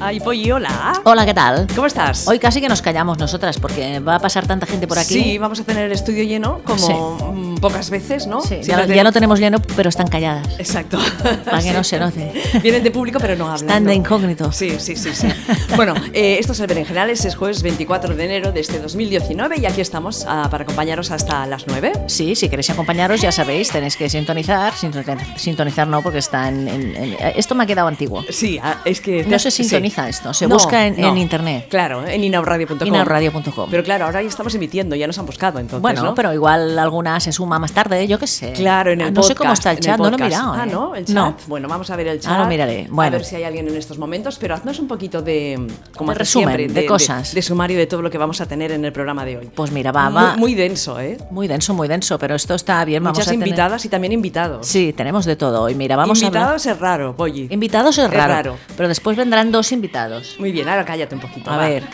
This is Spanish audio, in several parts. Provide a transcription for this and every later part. Ay, Polly, hola. Hola, ¿qué tal? ¿Cómo estás? Hoy casi que nos callamos nosotras porque va a pasar tanta gente por aquí. Sí, vamos a tener el estudio lleno, como Sí. mm, pocas veces, ¿no? Sí, Siempre ya, lo- ya tenemos- lo tenemos lleno, pero están calladas. Exacto. Para que Sí. no se note. Vienen de público, pero no hablan. Están de ¿no? incógnito. Sí, sí, sí. sí. bueno, eh, esto es el Berenjenales, es jueves 24 de enero de este 2019 y aquí estamos ah, para acompañaros hasta las 9. Sí, si queréis acompañaros, ya sabéis, tenéis que sintonizar. Sintonizar, sintonizar no, porque está en, en- en- Esto me ha quedado antiguo. Sí, ah, es que... te No has- se sí. sintoniza esto, se No, busca en, no. en internet. Claro, en inauradio.com. inauradio.com. Pero claro, ahora ya estamos emitiendo, ya nos han buscado entonces, Bueno, pues, ¿no? pero igual alguna se suma más tarde, yo qué sé. Claro, en el Ah, No podcast. sé cómo está el en chat, no lo he podcast. mirado. Ah, ¿eh? ¿no? ¿El chat? No. Bueno, vamos a ver el chat. Ahora miraré. A Bueno. ver si hay alguien en estos momentos, pero haznos un poquito de... Como De haces resumen, siempre, de cosas. De, sumario de todo lo que vamos a tener en el programa de hoy. Pues mira, va, va. Muy, muy denso, ¿eh? Muy denso, muy denso, pero esto está bien. Vamos Muchas a tener- invitadas y también invitados. Sí, tenemos de todo. Y mira, vamos a hablar- invitados es raro, Polly. Invitados es Es raro, raro. Pero después vendrán dos invitados. Muy bien, ahora cállate un poquito. A va. ver.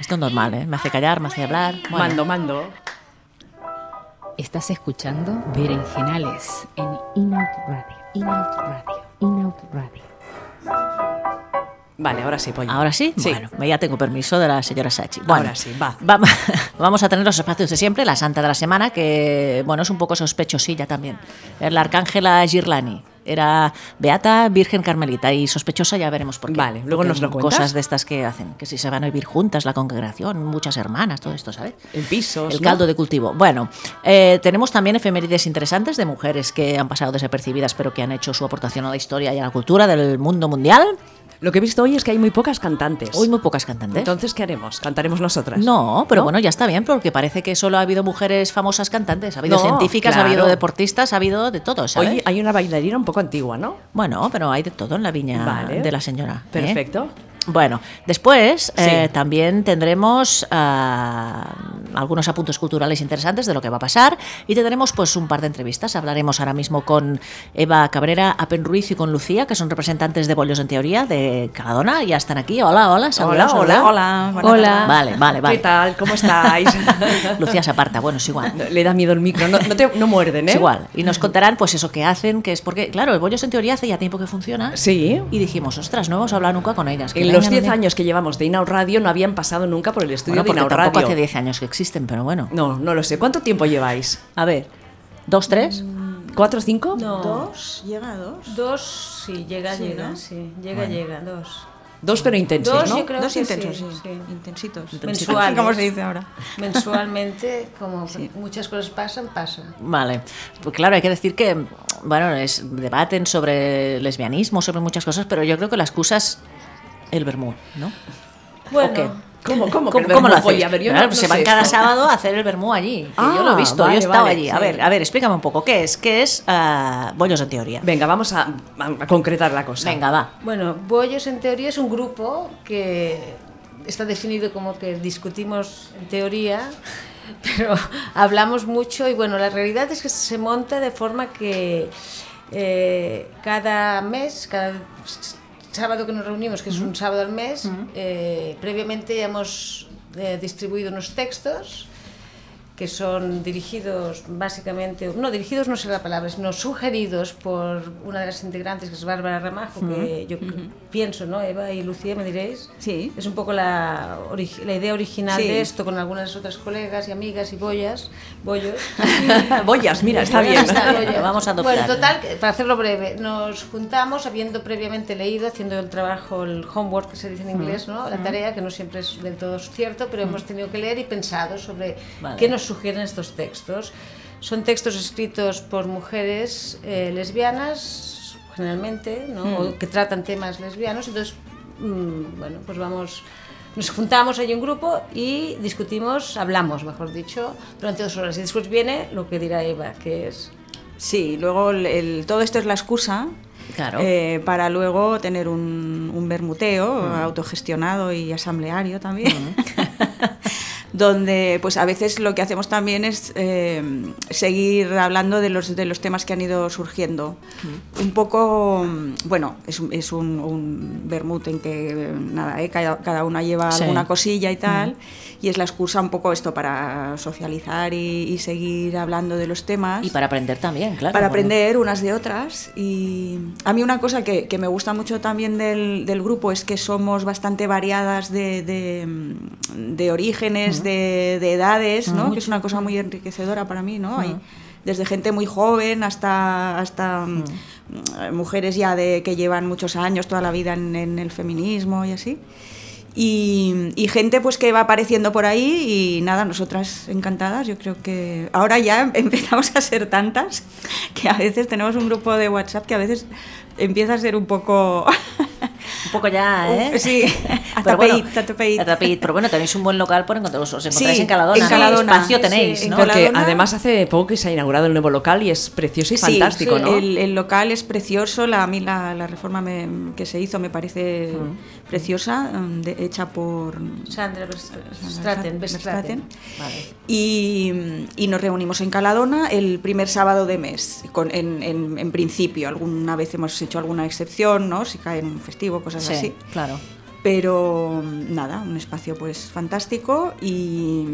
Esto es normal, ¿eh? Me hace callar, me hace hablar. Bueno. Mando, mando. Estás escuchando Berenjenales en Inout Radio. Inout Radio. Inout Radio. Vale, ahora sí, Polly. ¿Ahora sí? Sí. Bueno, pues ya tengo permiso de la señora Sachi. Bueno, Ahora sí, va. vam- Vamos a tener los espacios de siempre, la santa de la semana, que, bueno, es un poco sospechosilla también. La arcángela Girlani. Era beata, virgen carmelita y sospechosa, ya veremos por qué. Vale, luego Porque nos lo cuentas. Cosas de estas que hacen, que si se van a vivir juntas, la congregación, muchas hermanas, todo esto, ¿sabes? El piso. El caldo de cultivo. Bueno, eh, tenemos también efemérides interesantes de mujeres que han pasado desapercibidas, pero que han hecho su aportación a la historia y a la cultura del mundo mundial. Lo que he visto hoy es que hay muy pocas cantantes. Hoy muy pocas cantantes. Entonces, ¿qué haremos? ¿Cantaremos nosotras? no, pero bueno, ya está bien, porque parece que solo ha habido mujeres famosas cantantes. Ha habido No, científicas, ha claro. habido deportistas, ha habido de todo, ¿sabes? Hoy hay una bailarina un poco antigua, ¿no? Bueno, pero hay de todo en la viña Vale. de la señora. ¿eh? Perfecto. Bueno, después Sí. eh, también tendremos ah, algunos apuntes culturales interesantes de lo que va a pasar y tendremos pues un par de entrevistas. Hablaremos ahora mismo con Eva Cabrera, Apen Ruiz y con Lucía, que son representantes de Bollos en Teoría de Caladona. Ya están aquí. Hola, hola, saludaos, hola, hola, buenas Hola. tardes. Vale, vale, vale. ¿Qué tal? ¿Cómo estáis? Lucía se aparta, bueno, es igual. No, Le da miedo el micro, no, no te- no muerden, ¿eh? Es igual. Y nos contarán pues eso que hacen, que es porque, claro, el Bollos en Teoría hace ya tiempo que funciona. Sí. Y dijimos, ostras, no hemos hablado nunca con ellas. En que los vengan, 10 vengan. años que llevamos de Inau Radio no habían pasado nunca por el estudio Bueno, porque de Inau tampoco Radio. hace 10 años que existen, pero bueno. No, no lo sé. ¿Cuánto tiempo lleváis? A ver, ¿dos, tres? ¿Cuatro, cinco? ¿Dos? ¿Llega a dos? Dos, sí, llega, Sí, llega, ¿no? sí, llega, llega, dos. Dos, pero intensos, Dos, ¿no? yo creo dos que intensos, sí, sí, sí. Intensitos. Mensuales. ¿Cómo se dice ahora? Mensualmente, como muchas cosas pasan, pasan. Vale. Pues claro, hay que decir que, bueno, es, debaten sobre lesbianismo, sobre muchas cosas, pero yo creo que la excusa es el vermut, ¿no? Bueno, qué? ¿Cómo, cómo, que ¿Cómo, el cómo lo vermú? haces? Oye, a ver, yo Claro, no- pues no se sé van cada esto. sábado a hacer el vermú allí. que yo lo Ah, he visto, vale, yo he estado vale, allí. sí. A ver, a ver, explícame un poco. ¿Qué es? ¿Qué es ah, bollos en teoría? Venga, vamos a, a concretar la cosa. Venga, va. bueno, Bollos en teoría es un grupo que está definido como que discutimos en teoría, pero hablamos mucho y bueno, la realidad es que se monta de forma que eh, cada mes, cada s- sábado que nos reunimos, que es un sábado al mes, eh, previamente ya hemos eh, distribuido unos textos que son dirigidos básicamente, no dirigidos no sé la palabra, sino sugeridos por una de las integrantes que es Bárbara Ramajo, que yo pienso, ¿no? Eva y Lucía me diréis. Sí. Es un poco la, orig- la idea original Sí. de esto con algunas otras colegas y amigas y boyas, bollos. Boyas, mira, está bien. Está bien, oye. Vamos a adoptar. Bueno, total, que- para hacerlo breve, nos juntamos habiendo previamente leído, haciendo el trabajo, el homework que se dice en inglés, ¿no? La tarea, que no siempre es del todo cierto, pero hemos tenido que leer y pensado sobre Vale. qué nos sugieren estos textos. Son textos escritos por mujeres eh, lesbianas, generalmente, ¿no? O que tratan temas lesbianos, entonces, mm, bueno, pues vamos... Nos juntamos allí un grupo y discutimos, hablamos, mejor dicho, durante dos horas. Y después viene lo que dirá Eva, que es Sí, luego el, el- todo esto es la excusa Claro. eh, para luego tener Mm. un, un bermuteo autogestionado y asambleario también. donde pues a veces lo que hacemos también es eh, seguir hablando de los, de los temas que han ido surgiendo. Un poco, mm, bueno, es, un- es un, un vermut en que eh, nada, eh, cada, cada una lleva Sí. Mm. alguna cosilla y tal, y es la excusa un poco esto para socializar y, y seguir hablando de los temas Y para aprender también, claro. para porque- aprender unas de otras. Y a mí una cosa que, que me gusta mucho también del, del grupo es que somos bastante variadas de, de, mm, de orígenes, de, de edades, ¿no? que es una cosa muy enriquecedora para mí. ¿no? Hay desde gente muy joven hasta, hasta mm, mm, mujeres ya de, que llevan muchos años, toda la vida en, en el feminismo y así. Y, y gente pues que va apareciendo por ahí y nada, nosotras encantadas, yo creo que ahora ya empezamos a ser tantas que a veces tenemos un grupo de WhatsApp que a veces empieza a ser un poco... Un poco ya, ¿eh? Uh, sí. A Pero bueno, tapeït, a tapeït. a tapeït. Pero bueno, tenéis un buen local por encontrar, os os encontráis Sí, en Caladona. en ¿no? Caladona. Espacio Sí, tenéis, en ¿no? Caladona. Porque además hace poco que se ha inaugurado el nuevo local y es precioso y Sí, fantástico, sí, ¿no? El, el local es precioso, la, a mí la, la reforma me- que se hizo me parece preciosa, mm, de- hecha por... Sandra Straten, Verstraten. Vale. Y, y nos reunimos en Caladona el primer sábado de mes, con, en, en- en principio. Alguna vez hemos hecho alguna excepción, ¿no? Si cae en un festivo, cosas Sí, así. claro. Pero nada, un espacio pues fantástico y,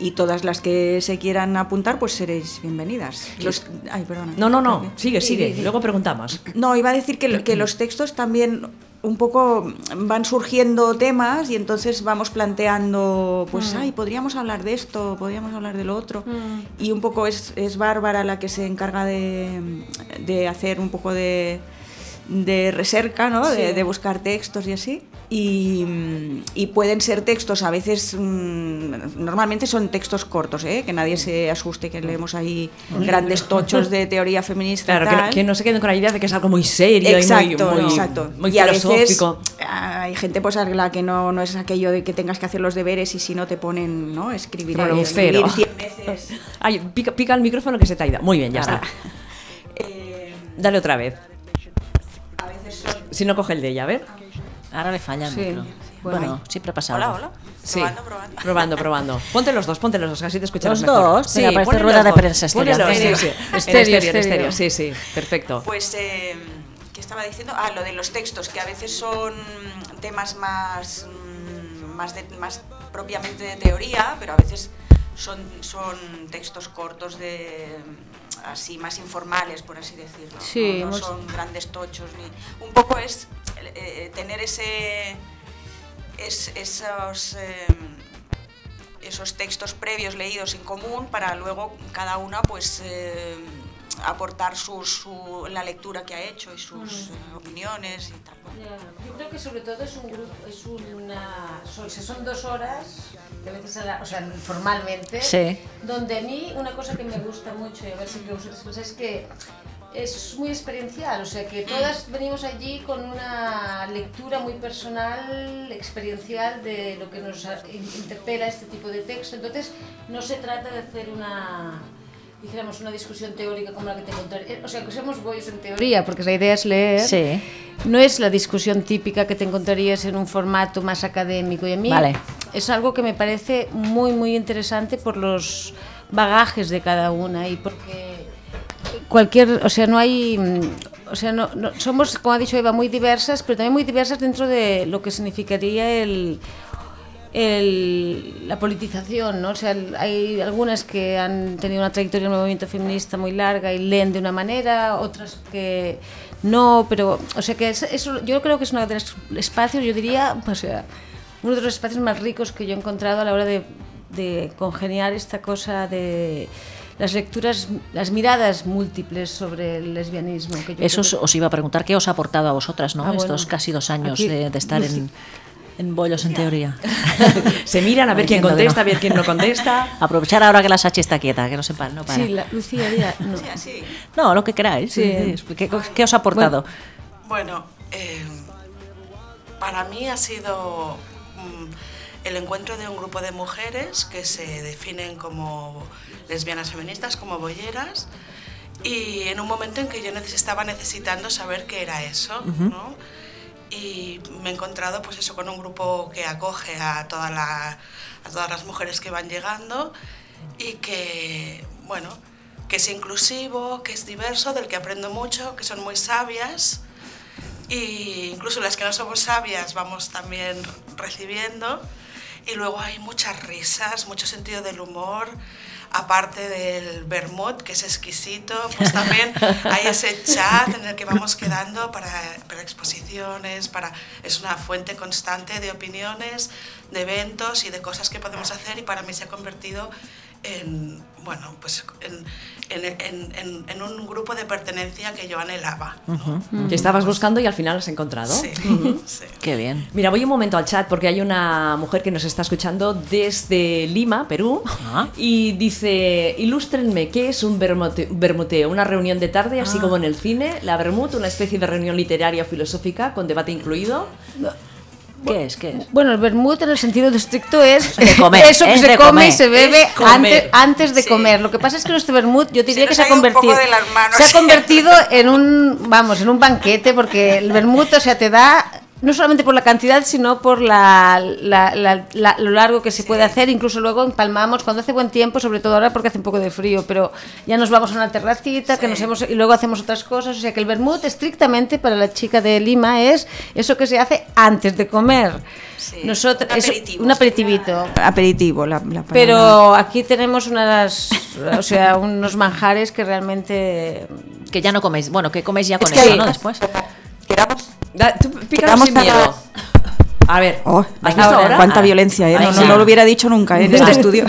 y todas las que se quieran apuntar pues seréis bienvenidas. Los- ay, perdona. No, no, no. Ok. Sigue, sigue. Luego preguntamos. No, iba a decir que, que los textos también un poco van surgiendo temas y entonces vamos planteando, Mm. pues, ay, podríamos hablar de esto, podríamos hablar de lo otro. Mm. Y un poco es, es Bárbara la que se encarga de, de hacer un poco de, de recerca, ¿no? De, de buscar textos y así. Y, y pueden ser textos, a veces, mm, normalmente son textos cortos, ¿eh? que Mm. nadie se asuste que leemos ahí grandes tochos de teoría feminista. y Claro, que no, tal. que no se queden con la idea de que es algo muy serio Exacto, y muy, muy, exacto. muy y a veces filosófico. hay gente pues a la que no, no es aquello de que tengas que hacer los deberes y si no te ponen, ¿no? Escribir, Te ponen un escribir cero. 100 veces. Ay, pica, pica el micrófono que se te ha ido. Muy bien, ya está. Eh, Dale otra vez. a veces son- Si no, coge el de ella, a ver. Ahora le falla el Sí. micro. Bueno, Bueno. siempre pasa algo. Sí. Probando, probando. Ponte los dos, ponte los dos, así te escuchamos ¿Los mejor. dos? Venga, parece ponle rueda los de dos. prensa Ponle estéreo. los- Estéreo. sí, sí. En Estéreo, estéreo, en estéreo. estéreo. Sí, sí, perfecto. Pues, eh, ¿qué estaba diciendo? Ah, lo de los textos, que a veces son temas más, mm, más, de- más propiamente de teoría, pero a veces son, son textos cortos de así más informales, por así decirlo. Sí, no, No hemos- son grandes tochos. Ni... Un poco es eh, eh, tener ese, es- esos... em, esos textos previos leídos en común para luego cada una pues eh, aportar su, su- la lectura que ha hecho y sus Mm. eh, opiniones y tal. Yo creo que sobre todo es un grupo, es una, son, se- son dos horas, de veces a la- o sea, formalmente, Sí. donde a mí una cosa que me gusta mucho, y a ver si lo vosotros pensáis, es que es muy experiencial, o sea que todas venimos allí con una lectura muy personal, experiencial de lo que nos a- in- interpela este tipo de texto, entonces no se trata de hacer una dijéramos una discusión teórica como la que te contaré, o sea que somos bollos en teoría, porque la idea es leer, Sí. ¿eh? no es la discusión típica que te encontrarías en un formato más académico y a mí Vale. es algo que me parece muy muy interesante por los bagajes de cada una y porque cualquier, o sea, no hay mm, o sea, no, no- somos como ha dicho Eva muy diversas, pero también muy diversas dentro de lo que significaría el el- la politización, ¿no? O sea, el- hay algunas que han tenido una trayectoria en el movimiento feminista muy larga y leen de una manera, otras que no, pero, o sea, que es- eso yo creo que es uno de los espacios, yo diría, o sea, uno de los espacios más ricos que yo he encontrado a la hora de, de congeniar esta cosa de las lecturas, las miradas múltiples sobre el lesbianismo. Que yo Eso os, creo os iba a preguntar qué os ha aportado a vosotras, ¿no? Ah, bueno. Estos casi dos años Aquí- de, de estar en, en bollos en teoría. Se miran a ver quién Diciendo que contesta, no. a ver quién no contesta. Aprovechar ahora que la Sachi está quieta, que no se para, no que- para. Sí, la- Lucía, ya, no. Sí, así. No, lo que queráis. sí, Sí. sí. ¿Qué, qué os ha aportado? Bueno, eh, para mí ha sido mm, el encuentro de un grupo de mujeres que se definen como lesbianas feministas, como boyeras, y en un momento en que yo neces- estaba necesitando saber qué era eso, ¿no? y me he encontrado pues eso con un grupo que acoge a, toda la- a todas las mujeres que van llegando y que, bueno, que es inclusivo, que es diverso, del que aprendo mucho, que son muy sabias y incluso las que no somos sabias vamos también recibiendo. Y luego hay muchas risas, mucho sentido del humor, aparte del vermut, que es exquisito, pues también hay ese chat en el que vamos quedando para, para exposiciones, para, es una fuente constante de opiniones, de eventos y de cosas que podemos hacer y para mí se ha convertido en, bueno, pues en, en- en- en- en un grupo de pertenencia que yo anhelaba. ¿no? Que estabas buscando y al final has encontrado. Sí, sí. Qué bien. Mira, voy un momento al chat porque hay una mujer que nos está escuchando desde Lima, Perú, Ah. y dice, ilústrenme, ¿qué es un vermote- bermuteo? Una reunión de tarde, Ah. así como en el cine, la vermut, una especie de reunión literaria o filosófica con debate incluido. ¿Qué es? ¿Qué es? Bueno, el vermut en el sentido estricto es De comer, eso que es se de come comer. y se bebe Es comer. antes, antes de Sí. comer. Lo que pasa es que nuestro vermut yo diría nos que se ha ha ido un poco convertido de las manos. se ha convertido en un vamos, en un banquete porque el vermut o sea, te da no solamente por la cantidad, sino por la, la- la- la- lo largo que se puede hacer. Incluso luego empalmamos cuando hace buen tiempo, sobre todo ahora porque hace un poco de frío, pero ya nos vamos a una terracita que nos hemos, y luego hacemos otras cosas. O sea que el vermut estrictamente para la chica de Lima es eso que se hace antes de comer. Sí, Nosotros, un es aperitivo. un aperitivito. Aperitivo, la, la palabra. Pero aquí tenemos unas, o sea, unos manjares que realmente Que ya no coméis, bueno, que coméis ya con que eso, hay- ¿no? Después. Quedamos- Da- tú pícalo Vamos sin a- miedo. A ver, Oh, ¿has venga, visto ahora? Ah. Cuánta violencia, ¿eh? Ahí No, no, sí. no lo hubiera dicho nunca ¿eh? en este Vale. estudio.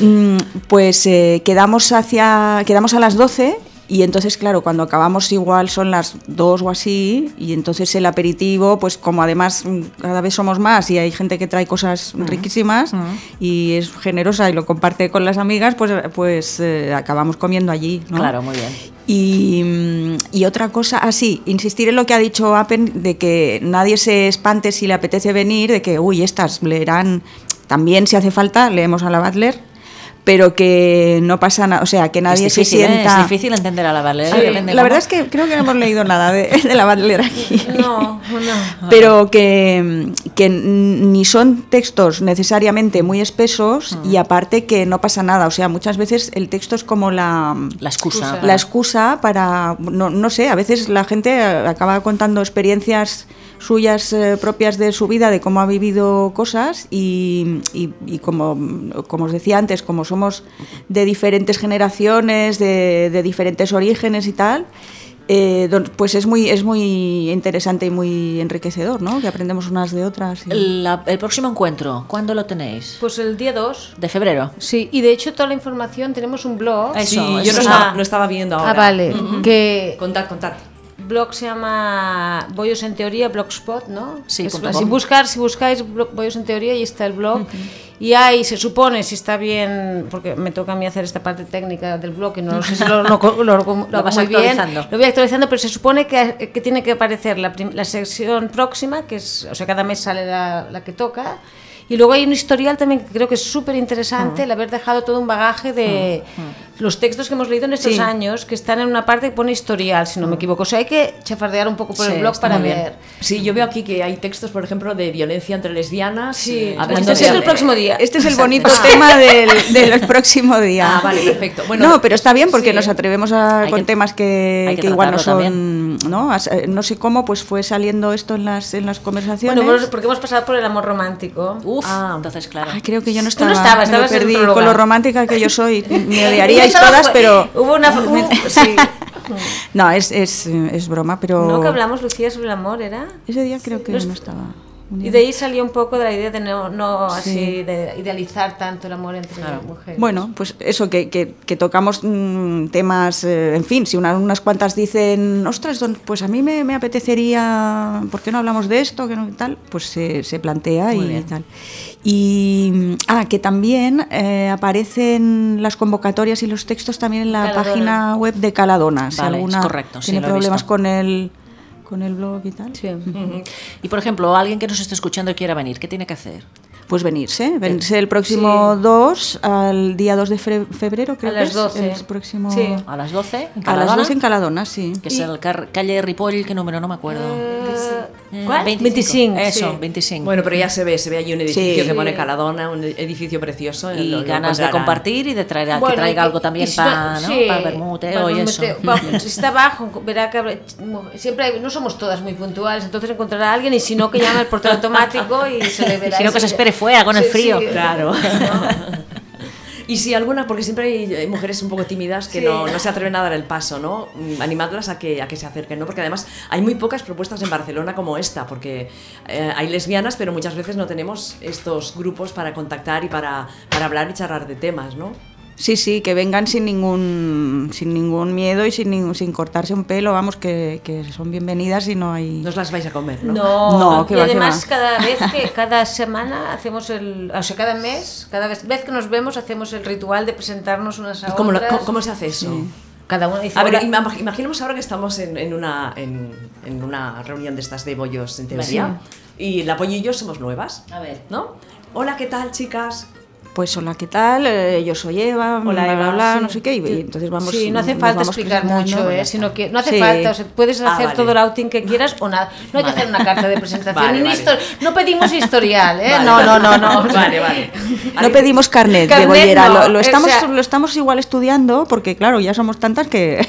Mm, pues eh, quedamos, hacia, quedamos a las 12 y entonces, claro, cuando acabamos igual son las 2 o así y entonces el aperitivo, pues como además mm, cada vez somos más y hay gente que trae cosas Mm. riquísimas y es generosa y lo comparte con las amigas, pues, pues eh, acabamos comiendo allí. ¿no? Claro, muy bien. Y, mm, y otra cosa, así, insistir en lo que ha dicho Appen, de que nadie se espante si le apetece venir, de que, uy, estas leerán también si hace falta, leemos a la Butler, pero que no pasa nada, o sea, que nadie es difícil, se ¿eh? sienta... Es difícil entender a la Valeria. Sí, depende cómo. la verdad es que creo que no hemos leído nada de, de la Butler aquí. no, no. Pero que, que ni son textos necesariamente muy espesos Mm. y aparte que no pasa nada. O sea, muchas veces el texto es como la, La excusa. la excusa para, no, no sé, a veces la gente eh, acaba contando experiencias suyas eh, propias de su vida, de cómo ha vivido cosas y, y- y como, como os decía antes, como somos de diferentes generaciones, de, de diferentes orígenes y tal. eh, don- pues es muy, es muy interesante y muy enriquecedor, ¿no? Que aprendemos unas de otras. y- La- el próximo encuentro, ¿cuándo lo tenéis? Pues el día 2. De febrero. Sí, y de hecho toda la información tenemos un blog. Eso, Sí, yo eso no sí. estaba, no estaba viendo ahora. Ah, vale, que Contad, contad. blog se llama Bollos en Teoría, Blogspot, ¿no? Sí, Es- punto com. si, buscar, si buscáis blo- Bollos en Teoría, ahí está el blog. Y ahí se supone, si está bien, porque me toca a mí hacer esta parte técnica del blog y no lo sé si lo, lo- lo- lo- lo Lo hago vas muy bien. actualizando. Lo voy actualizando, pero se supone que, que tiene que aparecer la, prim- la sección próxima, que es, o sea, cada mes sale la, la que toca. Y luego hay un historial también que creo que es súper Mm. interesante, el haber dejado todo un bagaje de los textos que hemos leído en estos Sí. años, que están en una parte que pone historial, si no me equivoco. O sea, hay que chafardear un poco por Mm. Sí, el blog está para muy bien. ver. Sí, yo veo aquí que hay textos, por ejemplo, de violencia entre lesbianas. Sí. a ver, Bueno, esto entonces es- el próximo día. Este es el bonito tema del, del próximo día. Ah, vale, perfecto. Bueno, no, pero está bien porque sí. nos atrevemos a, Hay con que- temas hay que, que que igual no tratarlo son. ¿no? As- eh, no sé cómo, pues fue saliendo esto en las, en las conversaciones. Bueno, por- porque hemos pasado por el amor romántico. Uf, Ah. entonces claro. Ay, creo que yo no Tú estaba. no estabas, me lo estabas en perdí. otro lugar. Con lo romántica que yo soy, me Y odiaríais estaba- todas, pero. Hubo una. hubo- sí. No, es, es, eh, es broma, pero. No que hablamos, Lucía, sobre el amor, ¿era? Ese día creo que Los- no estaba. Un Y día. de ahí salió un poco de la idea de no, no así, Sí. de idealizar tanto el amor entre mujeres. Bueno, pues eso, que, que- que tocamos mm, temas, eh, en fin, si una- unas cuantas dicen, ostras, don- pues a mí me, me apetecería, ¿por qué no hablamos de esto? que no, y tal? Pues se, se plantea y tal. Y, mm, ah, que también eh, aparecen las convocatorias y los textos también en la Caladona. página web de Caladona. si Vale, es alguna correcto, sí, tiene lo he problemas visto. con el, con el blog y tal. Sí. Y por ejemplo, alguien que nos esté escuchando y quiera venir, ¿qué tiene que hacer? Pues Eh, venirse, venirse el próximo 2 al día 2 de fe- febrero, creo A que las es, 12. el próximo... Sí. A las 12 en A las Caladona, dos en Caladona, sí. que es el car- calle Ripoll, ¿qué número? No me acuerdo. Mm, Eh, ¿Cuál? 25. Eso, Sí. 25. Bueno, pero ya se ve, se ve allí un edificio Sí. que pone Caladona, un edificio precioso. y lo- lo ganas de encontrarán. compartir y de traer a- que Bueno, traiga y- algo también y si para no- ¿no? sí, Pa' Bermúdez para o y eso. Bermúdez. Vamos, si está abajo, verá que habrá- siempre hay- no somos todas muy puntuales, entonces encontrará a alguien y si no que llame al portero automático y se le verá. Si no, que se espere fuera con el frío. Claro. Y si alguna, porque siempre hay eh, mujeres un poco tímidas que Sí. no, no se atreven a dar el paso, ¿no? Mm, Animadlas a que, a que se acerquen, ¿no? Porque además hay muy pocas propuestas en Barcelona como esta, porque eh, hay lesbianas, pero muchas veces no tenemos estos grupos para contactar y para, para hablar y charlar de temas, ¿no? Sí, sí, que vengan sin ningún, sin ningún miedo y sin, ningún- sin cortarse un pelo, vamos, que, que son bienvenidas y no hay... No os las vais a comer, ¿no? No, No, que y va, que además va. cada vez que cada semana hacemos el, o sea, cada mes, cada vez, vez que nos vemos hacemos el ritual de presentarnos unas a ¿Y cómo, lo- otras. cómo- cómo se hace eso? Cada uno dice A ver, "Hola". ima- imaginemos ahora que estamos en, en una, en, en una reunión de estas de bollos en teoría. Y la pollo y yo somos nuevas. A ver. ¿No? Hola, ¿qué tal, chicas? Pues hola, ¿qué tal? Eh, yo soy Eva, Hola, bla, bla, Eva, bla, sí. no sé qué, y, y entonces vamos... Sí, no hace nos falta vamos explicar presentando, mucho, y ya ¿eh? está. sino que no hace Sí. falta, o sea, puedes Ah, hacer vale. todo el outing que quieras o nada. No hay que hacer una carta de presentación, Vale, ni vale. histo- no pedimos historial, ¿eh? Vale, no, vale. no, no, no. Vale, vale. No pedimos carnet, Carnet de bollera, no, lo, lo o estamos, sea- lo estamos igual estudiando porque, claro, ya somos tantas que...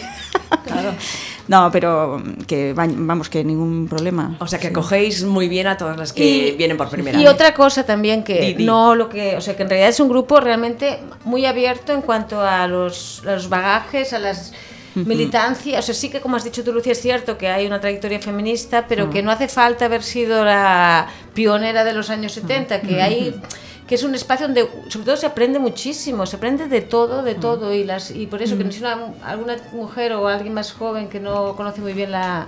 No, pero que va- vamos, que ningún problema. O sea, que acogéis muy bien a todas las que Y- vienen por primera Y vez. otra cosa también que Di, di. no lo que, o sea, que en realidad es un grupo realmente muy abierto en cuanto a los, a los bagajes, a las militancias, o sea, sí que como has dicho tú, Lucia, es cierto que hay una trayectoria feminista, pero que no hace falta haber sido la pionera de los años 70, que hay que es un espacio donde sobre todo se aprende muchísimo, se aprende de todo, de todo y las y por eso que si una, alguna mujer o alguien más joven que no conoce muy bien la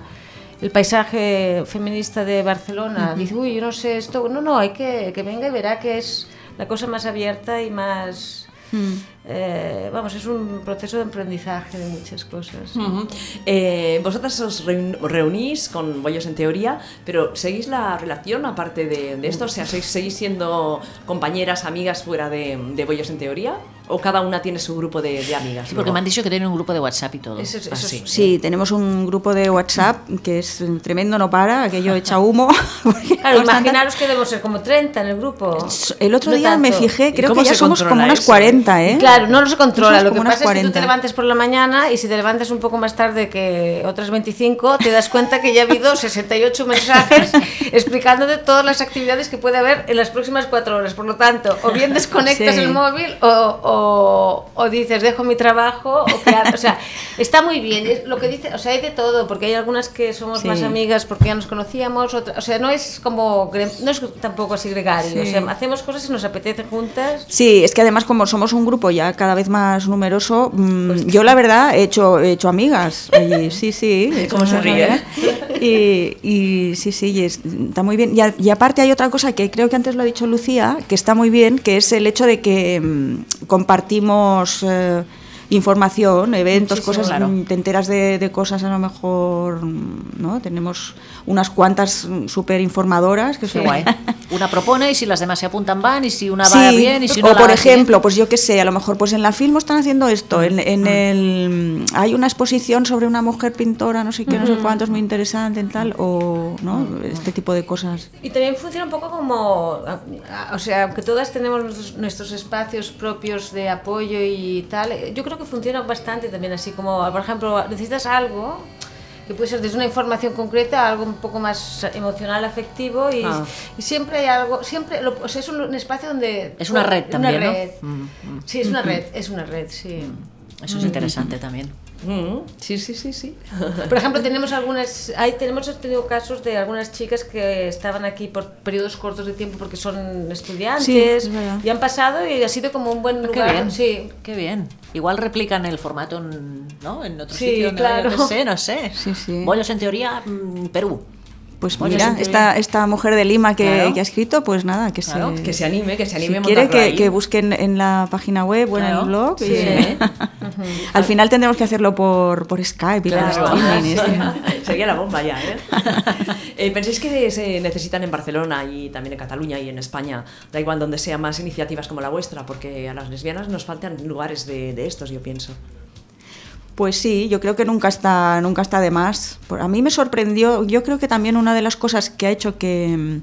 el paisaje feminista de Barcelona. Dice, uy, yo no sé esto. No, no, hay que que venga y verá que es la cosa más abierta y más... Mm. eh, vamos, es un proceso de aprendizaje de muchas cosas. Ujú. Eh, vosotras os reun- reunís con bollos en teoría, pero ¿seguís la relación aparte de, de esto? O sea, ¿seguís, seguís siendo compañeras, amigas fuera de, de bollos en teoría? ¿O cada una tiene su grupo de, de amigas? Sí, porque luego? me han dicho que tienen un grupo de WhatsApp y todo. Ah, Eso es- eso es- sí. Sí, tenemos un grupo de WhatsApp que es tremendo, no para, aquello echa humo. porque Claro, somos tantas- imaginaros que debemos ser como 30 en el grupo. El otro No día me tanto. fijé, ¿Y creo cómo que ya se somos controla como unas eso? 40, ¿eh? Claro, no se controla. Somos Lo que como unas pasa es que tú 40. te levantas por la mañana y si te levantas un poco más tarde que otras 25, te das cuenta que ya ha habido 68 mensajes explicándote todas las actividades que puede haber en las próximas cuatro horas. Por lo tanto, o bien desconectas Sí. el móvil o, o- o dices dejo mi trabajo. O, que ha- o sea, está muy bien. Es Lo que dice, o sea, hay de todo, porque hay algunas que somos Sí. más amigas porque ya nos conocíamos. otra- o sea, no es como gre- no es tampoco así gregario. O sea, hacemos cosas que nos apetece juntas. Sí, es que además como somos un grupo ya cada vez más numeroso, mm, yo la verdad he hecho, he hecho amigas. allí. sí, sí. he hecho ¿Cómo se muchas ríe? amigas. Y, y sí, sí, y es- está muy bien. Y, a- y aparte hay otra cosa que creo que antes lo ha dicho Lucía, que está muy bien, que es el hecho de que mm, compartimos... eh, información, eventos, Muchísimo, cosas, claro. mm, te enteras de, de cosas a lo mejor, mm, ¿no? Tenemos unas cuantas súper informadoras que Qué son guay. Una propone y si las demás se apuntan van y si una va Sí, bien y si no o la por va siguiente. ejemplo, pues yo qué sé, a lo mejor pues en la Filmo están haciendo esto, en, en Mm. el hay una exposición sobre una mujer pintora, no sé qué, Mm. no sé cuánto, es muy interesante en tal o no, este tipo de cosas. Y también funciona un poco como, a- a- o sea, aunque todas tenemos nuestros, nuestros espacios propios de apoyo y tal, eh, yo creo que funciona bastante también así como, por ejemplo, necesitas algo que puede ser desde una información concreta a algo un poco más emocional, afectivo y, Ah. y siempre hay algo, siempre, lo- o sea, es un, un espacio donde... Es una red también, una ¿no? red. Mm, Sí, es una red, es una red, sí. Eso es interesante también. Ujú. Mm. Sí, sí, sí, sí. Por ejemplo, tenemos algunas, ahí tenemos hemos tenido casos de algunas chicas que estaban aquí por periodos cortos de tiempo porque son estudiantes Sí, es verdad. Ah, y han pasado y ha sido como un buen qué lugar. bien. Sí. Qué bien. Igual replican el formato en, ¿no? en otro Sí, sitio. ¿no? Yo claro. qué sé, no sé. Sí, sí. Bollos en teoría, mm, Perú. Pues Oye, mira, siempre esta, esta mujer de Lima que, Claro. que ha escrito, pues nada, que Claro, se Que se anime, que se si anime. quiere montarlo que, ahí. que busquen en la página web o en Claro. el blog. y- Sí. Al final tendremos que hacerlo por, por Skype y por Claro. streaming, este. Sería la bomba ya, ¿eh? Eh, pensáis que se necesitan en Barcelona y también en Cataluña y en España, da igual donde sea, más iniciativas como la vuestra? Porque a las lesbianas nos faltan lugares de, de estos, yo pienso. Pues sí, yo creo que nunca está, nunca está de más. Por- A mí me sorprendió, yo creo que también una de las cosas que ha hecho que,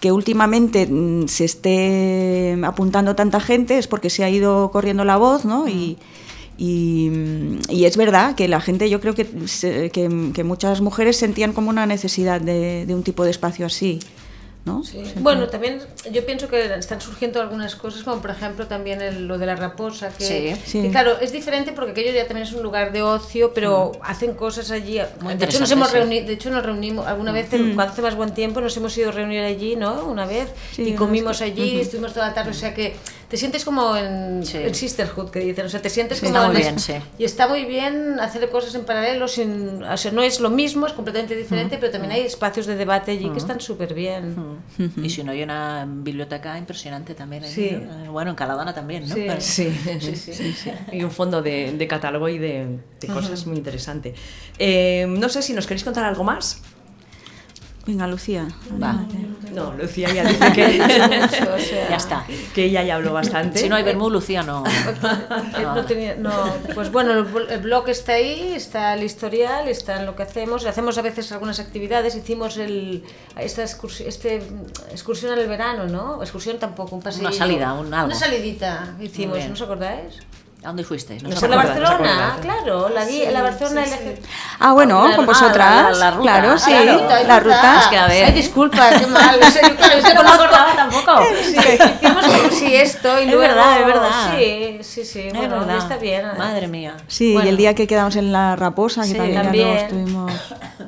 que últimamente mm, se esté apuntando tanta gente es porque se ha ido corriendo la voz, ¿no? Y, y, mm, y es verdad que la gente, yo creo que, se- que, que muchas mujeres sentían como una necesidad de, de un tipo de espacio así, ¿no? Sí. Sentían- Bueno, también yo pienso que están surgiendo algunas cosas, como por ejemplo también el- lo de la raposa, que, Sí. Sí. que, claro, es diferente porque aquello ya también es un lugar de ocio, pero hacen cosas allí. Mm. Muy de hecho nos interesante, hemos sí. Mm. reunido, de hecho nos reunimos alguna vez, en- cuando hace más buen tiempo, nos hemos ido a reunir allí, ¿no? Una vez, Sí, y no, comimos allí, estuvimos toda la tarde, o sea que te sientes como en, Sí. en Sisterhood, que dicen, o sea, te sientes Sí, como... está muy en bien, es- sí. Y está muy bien hacer cosas en paralelo, sin, o sea, no es lo mismo, es completamente diferente, pero también hay espacios de debate allí que están súper bien. Y si no, hay una biblioteca impresionante también. ahí, Sí. ¿no? Bueno, en Caladona también, ¿no? Sí. Pero- Sí, sí, Y un fondo de, de catálogo y de, de cosas muy interesante. Eh, no sé si nos queréis contar algo más. Venga, Lucía. Va, No, Lucía ya dice que, mucho, o sea, ya está. que ella ya habló bastante. Si no hay Bermú, Lucía no. eh, no tenía- no, pues bueno, el bl- el blog está ahí, está el historial, está en lo que hacemos. Hacemos a veces algunas actividades. Hicimos el, esta excursión, este, mm, excursión al verano, ¿no? Excursión tampoco, un paseo. salida, un algo. Una salidita hicimos, Muy bien. ¿no os acordáis? ¿A dónde fuisteis? No Nos os Por la acordáis, nos acordáis. Barcelona, acordáis. claro, la, guía, la Barcelona LG. Ah, bueno, Claro, con ah, vosotras. la- la- la ruta. Claro, Ah, sí, la claro, ruta, es la verdad. ruta. Es que a ver. Ay, disculpa, qué mal. O sea, yo, claro, es que no me acordaba tampoco. Sí, hicimos como si esto y Es luego... verdad, es verdad. Sí, sí, sí. Es bueno, verdad. está bien. ¿eh? Madre mía. Sí, y el día que quedamos en la Raposa, que Sí. también, ya También. luego estuvimos.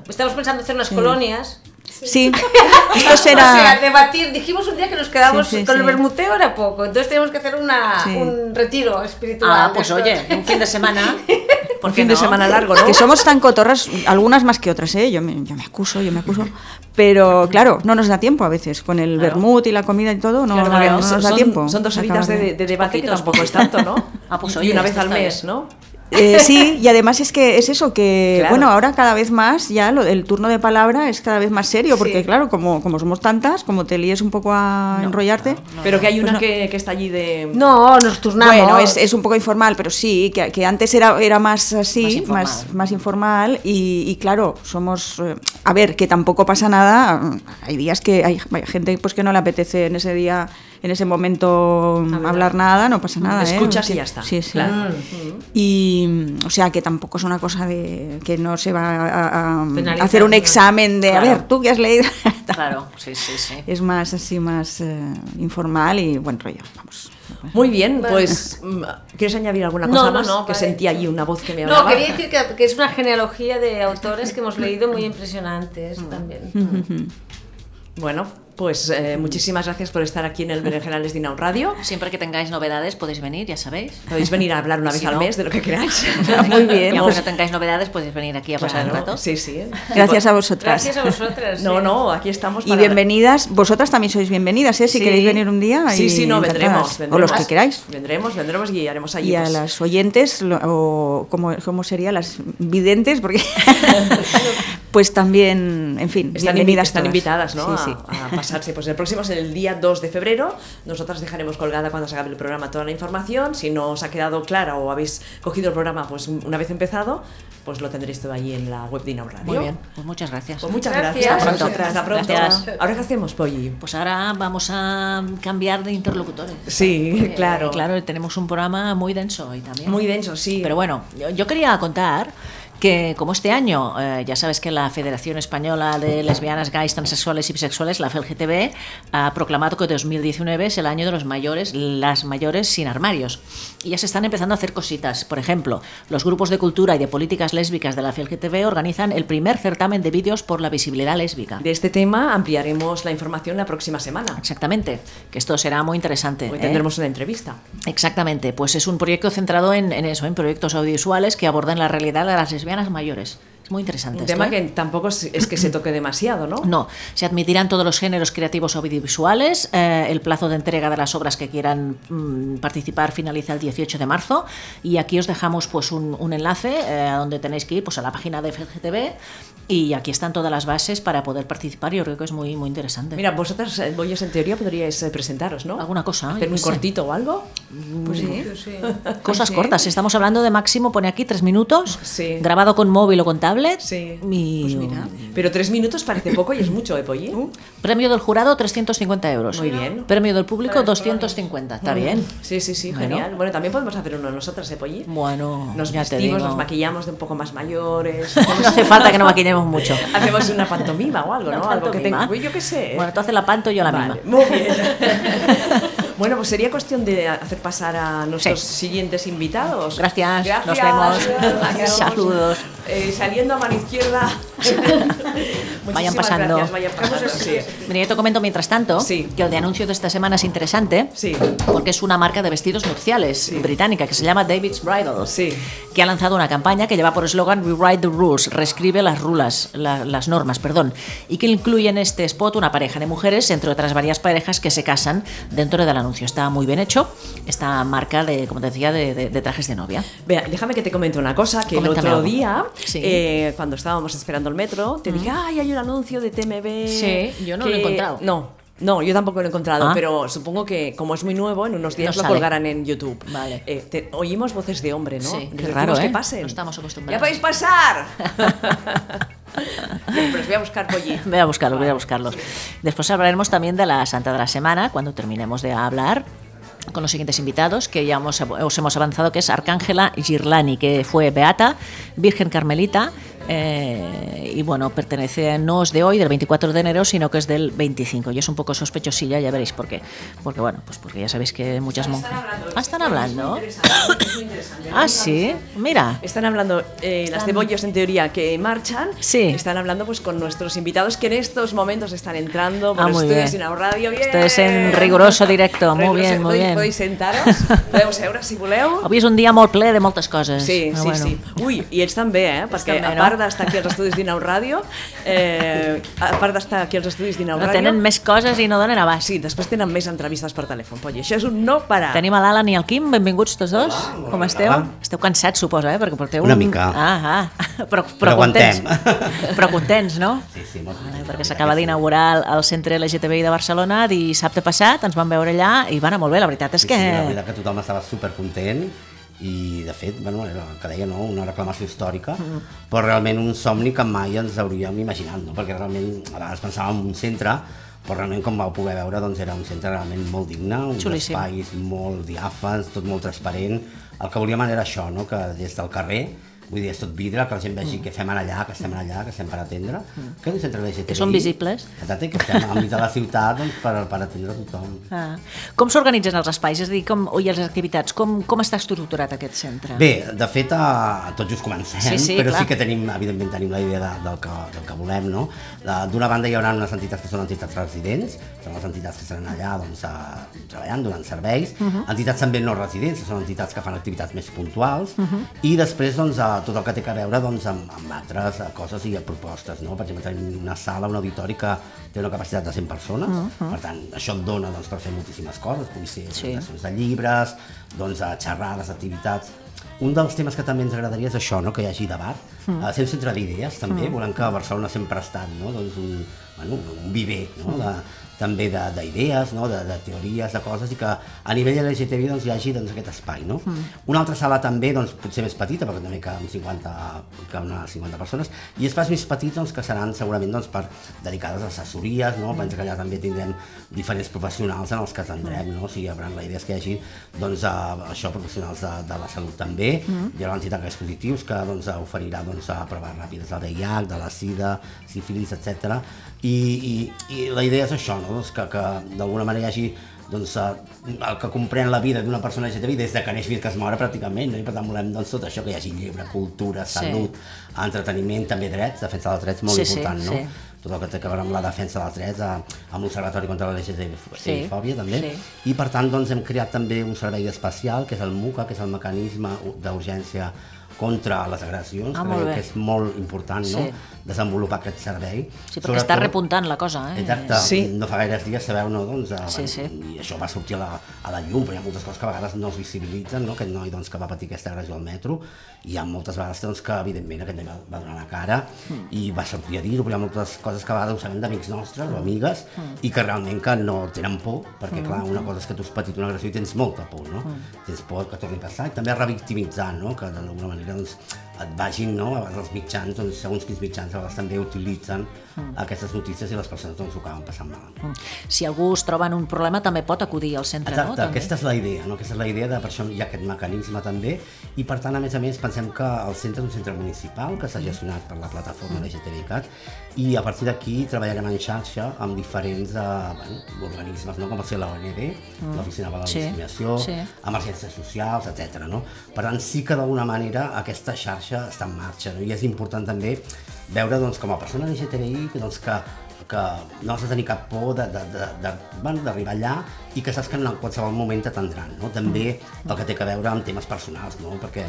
Estamos pensando hacer unas colonias. Sí, esto O sea, será. debatir. Dijimos un día que nos quedamos Sí, sí, con el sí. bermuteo era poco. Entonces teníamos que hacer una, Sí. un retiro espiritual. Ah, pues Esto- oye, un fin de semana. ¿Por Un qué fin de no? semana largo, ¿no? Que somos tan cotorras, algunas más que otras, ¿eh? Yo me, yo me acuso, yo me acuso. Pero claro, no nos da tiempo a veces. Con el vermut y la comida y todo, no, Claro, no- porque no son, nos da tiempo. son dos Se horitas acaba de, bien. de debate que Poquitos. tampoco es tanto, ¿no? Ah, pues Y- y oye, una vez esto al está mes, bien. ¿no? Eh, sí, y además es que es eso, que Claro. bueno, ahora cada vez más ya lo- el turno de palabra es cada vez más serio, porque claro, como, como somos tantas, como te líes un poco a enrollarte. Pero que hay una que, que está allí de... No, nos turnamos. Bueno, es, es un poco informal, pero sí, que, que antes era, era más Más así, informal. más informal, más, informal y, y claro, somos... eh, a ver, que tampoco pasa nada, mm, hay días que hay, hay gente pues, que no le apetece en ese día, en ese momento mm, hablar nada, no pasa nada. ¿eh? Escuchas y Sí, ya está. Sí, sí. Claro. Y, mm, o sea, que tampoco es una cosa de que no se va a- a, a Penalizar, hacer un ¿no? examen de, Claro. a ver, tú que has leído... Claro, sí, sí, sí. Es más así, más eh, informal y buen rollo, vamos. Muy bien, pues... mm, ¿Quieres añadir alguna cosa No, no, más? no, que vale. sentí allí una voz que me No, hablaba. quería decir que, que es una genealogía de autores que hemos leído muy impresionantes también. Mm. Bueno, pues eh, muchísimas gracias por estar aquí en el Berenjenales Dinau Radio. Siempre que tengáis novedades podéis venir, ya sabéis. Podéis venir a hablar una vez Si al no- mes de lo que queráis. Ah, pues, Muy bien. Y aunque no tengáis novedades podéis venir aquí a pasar Claro, el rato. Sí, sí. Pues, Gracias a vosotras. Gracias a vosotras. ¿eh? No, sí. no, aquí estamos Y para- bienvenidas, vosotras también sois bienvenidas, ¿eh? si Sí. queréis venir un día. Sí, y sí, no, encantadas. vendremos, O vendremos. los que queráis. Vendremos, vendremos y haremos allí. Y a pues, las oyentes, lo- o como, como sería, las videntes, porque pues también, en fin, Están, invi- bienvenidas están todas. invitadas ¿no? Sí, sí. A, a pasarse. Pues el próximo es el día 2 de febrero. Nosotras dejaremos colgada cuando se acabe el programa toda la información. Si no os ha quedado clara o habéis cogido el programa pues un- una vez empezado, pues lo tendréis todo allí en la web de Inau Radio. Muy bien, pues muchas gracias. Pues muchas gracias. Gracias. a Hasta vosotras. pronto. Hasta pronto. Gracias. Ahora qué hacemos, Polly. Pues ahora vamos a cambiar de interlocutores. Eh, Sí, claro. Claro, tenemos un programa muy denso hoy también. Muy denso, sí. Pero bueno, yo, yo quería contar que como este año, eh, ya sabes que la Federación Española de Lesbianas, Gays, Transexuales y Bisexuales, la FELGTB, ha proclamado que 2019 es el año de los mayores, las mayores sin armarios. Y ya se están empezando a hacer cositas. Por ejemplo, los grupos de cultura y de políticas lésbicas de la FELGTB organizan el primer certamen de vídeos por la visibilidad lésbica. De este tema ampliaremos la información la próxima semana. Exactamente, que esto será muy interesante. Hoy ¿eh? tendremos una entrevista. Exactamente, pues es un proyecto centrado en, en eso, en proyectos audiovisuales que abordan la realidad de las lesbianas mayores. Es muy interesante. Un esto, tema ¿eh? que tampoco es, es que se toque demasiado, ¿no? No, se admitirán todos los géneros creativos audiovisuales. eh, el plazo de entrega de las obras que quieran mm, participar finaliza el 18 de marzo. Y aquí os dejamos pues un, un enlace eh, a donde tenéis que ir pues, a la página de FGTV. Y aquí están todas las bases para poder participar. Yo creo que es muy, muy interesante. Mira, vosotras, eh, Bollos en teoría, podríais eh, presentaros, ¿no? Alguna cosa, Hacer yo un qué sé. Mm, cortito o algo. Pues sí. Sí. Cosas Sí. cortas. Estamos hablando de máximo, pone aquí, tres minutos. Sí. Grabado con móvil o con tablet. Sí. Y Pues mira. Pero tres minutos parece poco y es mucho, ¿eh, Polly? Uh. Premio del jurado, 350 euros. Muy bien. Premio del público, 250. Está bien. Sí, sí, sí, Bueno. genial. Bueno, también podemos hacer uno nosotras, ¿eh, Polly? Bueno, Nos ya te vestimos, digo. nos maquillamos de un poco más mayores. No hace falta que nos maquillemos mucho. Hacemos una pantomima o algo, ¿no? Una algo que pantomima. tenga. Uy, Yo qué sé. Bueno, tú haces la panto y yo la Vale, misma. muy bien. bueno, pues sería cuestión de hacer pasar a nuestros siguientes invitados. Gracias, Gracias. nos vemos. Adiós. Saludos. Eh, saliendo a mano izquierda. Muchísimas pasando. Gracias, vayan pasando. Sí. Mira, yo te comento mientras tanto Sí. que el de anuncio de esta semana es interesante Sí. porque es una marca de vestidos nupciales Sí. británica que se llama David's Bridal. Sí. que ha lanzado una campaña que lleva por eslogan Rewrite the Rules, reescribe las rulas, la- las normas, perdón, y que incluye en este spot una pareja de mujeres, entre otras varias parejas que se casan dentro del anuncio. Está muy bien hecho esta marca de, como te decía, de, de- de trajes de novia. Vea, déjame que te comente una cosa, que Coméntame el otro algo. día, Sí. eh, cuando estábamos esperando el metro, te dije, ay, hay un anuncio de TMB. Sí, yo no lo he que-". encontrado. No. No, yo tampoco lo he encontrado, Ah. pero supongo que como es muy nuevo, en unos días No lo sale. colgarán en YouTube. Vale. Eh, te- oímos voces de hombre, ¿no? Sí, Les qué decimos raro, que ¿eh? pasen. No estamos acostumbrados. ¡Ya podéis pasar! pero os voy a buscar pollín. Voy a buscarlos, voy a buscarlos. Después hablaremos también de la Santa de la Semana, cuando terminemos de hablar con los siguientes invitados, que ya hemos- os hemos avanzado, que es Arcángela Girlani, que fue beata, virgen carmelita, eh, y bueno, pertenece no es de hoy, del 24 de enero, sino que es del 25. Y es un poco sospechosilla, ya veréis por qué. Porque bueno, pues porque ya sabéis que muchas monjas... Ah, están hablando. Ah, sí, mira. Están hablando eh, las de Bollos en teoría que marchan. Sí. Están hablando pues con nuestros invitados que en estos momentos están entrando por Ah, muy estudios bien. en Radio. ¡Bien! Ustedes en riguroso directo, muy Riguroso. bien, muy Podéis- bien. Podéis sentaros. Podeu seure si voleu. Avui és un dia molt ple de moltes coses. Sí, però sí, Ah, bueno. sí. Ui, i ells també, eh? Perquè també, a no? part d'estar aquí als estudis d'Inau Ràdio, eh, a part d'estar aquí als estudis d'Inau No Ràdio... tenen més coses i no donen abast. Sí, després tenen més entrevistes per telèfon, Polly. Això és un no parar. Tenim a l'Alan i el Quim, benvinguts tots dos. Hola, Com hola, esteu? hola. Esteu cansats, suposa, eh? Perquè porteu Una un- mica. Ah, ah. Però, però, Però aguantem. contents. Però contents, no? Sí, sí, molt Vale, content, perquè la s'acaba veritat que sí. d'inaugurar el- el centre LGTBI de Barcelona dissabte passat, ens van veure allà i va anar molt bé, la veritat és Sí, sí, la que... veritat que tothom estava supercontent i, de fet, bueno, era el que deia, no? una reclamació històrica, Mm. però realment un somni que mai ens hauríem imaginat, no? perquè realment a vegades pensàvem en un centre, però realment, com vau poder veure, doncs era un centre realment molt digne, uns Xulíssim. espais molt diàfans, tot molt transparent. El que volíem era això, no? que des del carrer Vull dir, és tot vidre, que la gent Mm. vegi què fem ara allà, que estem ara allà, que estem per atendre, que és un centre LGTBI. Que són visibles. Exacte, que estem al mig de la ciutat doncs, per, per atendre tothom. Ah. Com s'organitzen els espais? És a dir, com, o i les activitats? Com, com està estructurat aquest centre? Bé, de fet, eh, tot just comencem, Sí, sí, però clar. sí que tenim, evidentment, tenim la idea de, del, que, del que volem, no? La- D'una banda hi haurà unes entitats que són entitats residents, són les entitats que seran allà doncs, eh, treballant, donant serveis, Uh-huh. entitats també no residents, que són entitats que fan activitats més puntuals, Uh-huh. i després doncs, eh, tot el que té que veure doncs, amb, amb altres eh, coses i propostes, no? Per exemple, tenim una sala, un auditori que té una capacitat de 100 persones, per tant, això et dona doncs, per fer moltíssimes coses, pugui ser Uh-huh. Sí. presentacions de llibres, doncs, eh, xerrades, activitats. Un dels temes que també ens agradaria és això, no? que hi hagi debat. Mm. Ser un centre d'idees, també. Volem que Barcelona sempre ha estat no? doncs un, bueno, un viver no? de, també de- d'idees, no? de, de teories, de coses, i que a nivell LGTB doncs, hi hagi doncs, aquest espai. No? Una altra sala també, doncs, potser més petita, perquè també caben 50, caben unes 50 persones, i espais més petits doncs, que seran segurament doncs, per, dedicades a assessories, no? penso que allà també tindrem diferents professionals en els que atendrem, no? o sigui, hi haurà, la idea és que hi hagi doncs, eh, això, professionals de, de la salut també, hi haurà una entitat de dispositius que doncs, eh, oferirà doncs, a proves ràpides del VIH, de la sida, sífilis, etc. I, i, I la idea és això, no? doncs, que, que d'alguna manera hi hagi doncs, eh, el que comprèn la vida d'una persona LGTBI des de que neix fins que es mora pràcticament, no? i per tant volem doncs, tot això, que hi hagi llibre, cultura, Sí. salut, entreteniment, també drets, defensa dels drets, molt Sí, sí, important, no? sí. tot el que té a veure amb la defensa dels drets, a- amb l'Observatori contra la Sí, LGTB-fòbia també, sí. i per tant doncs, hem creat també un servei especial que és el MUCA, que és el mecanisme d'urgència contra les agressions, Ah, que molt creiem bé. que és molt important no? Sí. desenvolupar aquest servei. Sí, perquè està Sobretot- repuntant la cosa, eh? Exacte, Sí. no fa gaires dies sabeu, no, doncs, eh, Sí, sí. i això va sortir a la, a la llum, però hi ha moltes coses que a vegades no es visibilitzen, no? aquest noi doncs, que va patir aquesta agressió al metro, i hi ha moltes vegades doncs, que evidentment aquest noi va, va donar la cara Mm. i va sortir a dir-ho, però hi ha moltes coses que a vegades ho sabem d'amics nostres o amigues Mm. i que realment que no tenen por, perquè clar, una cosa és que tu has patit una agressió i tens molta por, no? Mm. Tens por que torni a passar i també revictimitzar, no? que d'alguna manera doncs, et vagin, no? A vegades els mitjans, doncs, segons quins mitjans, a vegades també utilitzen Mm. aquestes notícies i les persones doncs, ho acaben passant malament. Si algú es troba en un problema també pot acudir al centre, Exacte, no? També. aquesta és la idea, no? aquesta és la idea, de, per això hi ha aquest mecanisme també, i per tant, a més a més, pensem que el centre és un centre municipal que s'ha Mm. gestionat per la plataforma LGTBICAT i a partir d'aquí treballarem en xarxa amb diferents eh, bueno, organismes, no? com va ser la OND, l'Oficina per la Mm. Sí, Discriminació, sí. emergències socials, etc. No? Per tant, sí que d'alguna manera aquesta xarxa està en marxa no? i és important també veure doncs, com a persona LGTBI que, doncs, que, que no has de tenir cap por de- de- de- de- bueno, d'arribar allà i que saps que en qualsevol moment t'atendran. No? També el que té que veure amb temes personals, no? perquè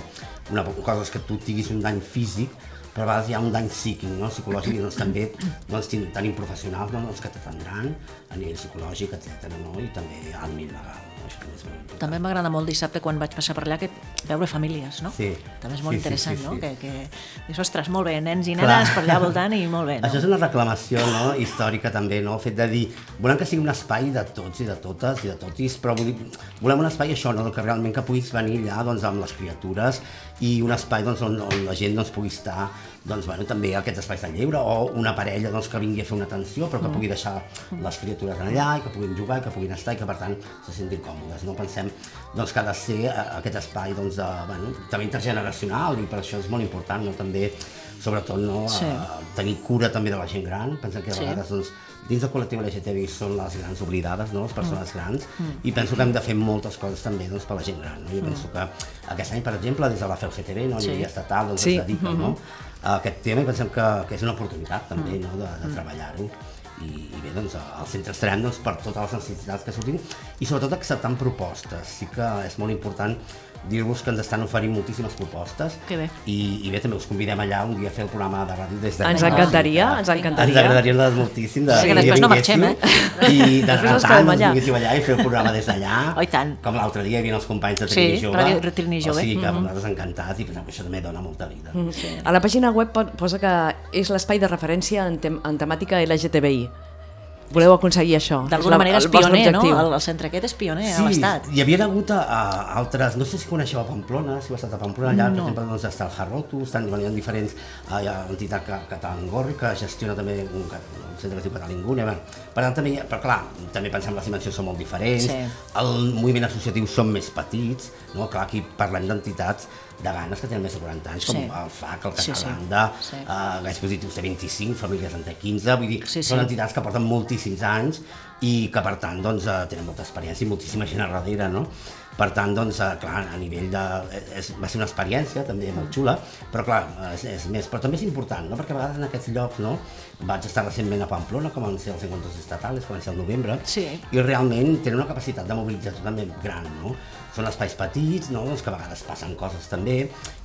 una cosa és que tu tinguis un dany físic, però a vegades hi ha un dany psíquic, no? psicològic, i doncs també doncs, tin- tenim professionals no? doncs, que t'atendran a nivell psicològic, etc. No? i també a nivell legal. no? Això també és molt important. També m'agrada molt dissabte quan vaig passar per allà que veure famílies, no? Sí. També és molt Sí, sí, interessant, sí, sí. no? Que, que dius, ostres, molt bé, nens i Clar. nenes per allà voltant i molt bé, no? Això és una reclamació no? històrica també, no? el fet de dir, volem que sigui un espai de tots i de totes i de totis, però vull dir, volem un espai això, no? que realment que puguis venir allà doncs, amb les criatures i un espai doncs, on, on la gent doncs, pugui estar doncs, bueno, també aquests espais de lleure o una parella doncs, que vingui a fer una atenció però que pugui deixar les criatures allà i que puguin jugar i que puguin estar i que per tant se sentin còmodes. No pensem doncs, que ha de ser eh, aquest espai doncs, de, bueno, també intergeneracional i per això és molt important no? també sobretot no, Sí. a, tenir cura també de la gent gran, pensem que a Sí. vegades doncs, dins del col·lectiu LGTBI són les grans oblidades, no? les Mm. persones grans, i penso que hem de fer moltes coses també doncs, per la gent gran. No? Jo penso que aquest any, per exemple, des de la FELGTB, no? a Mm. Sí. Mm-hmm. nivell estatal, doncs, Sí. es dedica no? a aquest tema i pensem que, que és una oportunitat Mm. també no? de, de treballar-ho. I, i bé, doncs, al centre estarem doncs, per totes les necessitats que sortim i sobretot acceptant propostes. Sí que és molt important dir-vos que ens estan oferint moltíssimes propostes Que bé. I, i bé, també us convidem allà un dia a fer el programa de ràdio des de Ens Ah, encantaria, sí, ens clar. encantaria. Ens agradaria de moltíssim. De, Sí, que després no marxem, eh? I Després de tant ens en quedem tant allà. us vinguéssiu allà i fer el programa des d'allà. Oh, i tant. Com l'altre dia hi havia els companys de Sí, Trini Jove. Ràdio Trini Jove. O sigui que nosaltres encantats i pensem que això també dona molta vida. A la pàgina web po- posa que és l'espai de referència en, tem en temàtica LGTBI. Voleu aconseguir això? D'alguna la- manera és el vostre pioner, no? objectiu. El, el centre aquest és pioner a l'Estat. hi havia hagut eh, a, a altres, no sé si coneixeu a Pamplona, si heu estat a Pamplona, allà no. per exemple doncs, està el Jarroto, estan hi ha diferents, eh, hi ha l'entitat Ca- Catalan Gorri que gestiona també un, ca- un centre que es diu Catalingúnia, bueno, per tant també, hi ha- però clar, també pensem que les dimensions són molt diferents, Sí. el moviment associatiu són més petits, no? clar, aquí parlem d'entitats de ganes que tenen més de 40 anys, com Sí. el FAC, el Sí, sí. Catalanda, sí, Sí. sí. eh, Gais Positius de 25, Famílies entre 15, vull dir, Sí, sí. són entitats que porten moltíssims anys i que per tant doncs, eh, tenen molta experiència i moltíssima gent a darrere, no? Per tant, doncs, eh, clar, a nivell de... eh, És, va ser una experiència també molt xula, però clar, és, és més... Però també és important, no? Perquè a vegades en aquests llocs, no? Vaig estar recentment a Pamplona, com van ser els encontres estatals, que van ser al novembre, Sí. i realment tenen una capacitat de mobilització també gran, no? Són espais petits, no? doncs que a vegades passen coses també,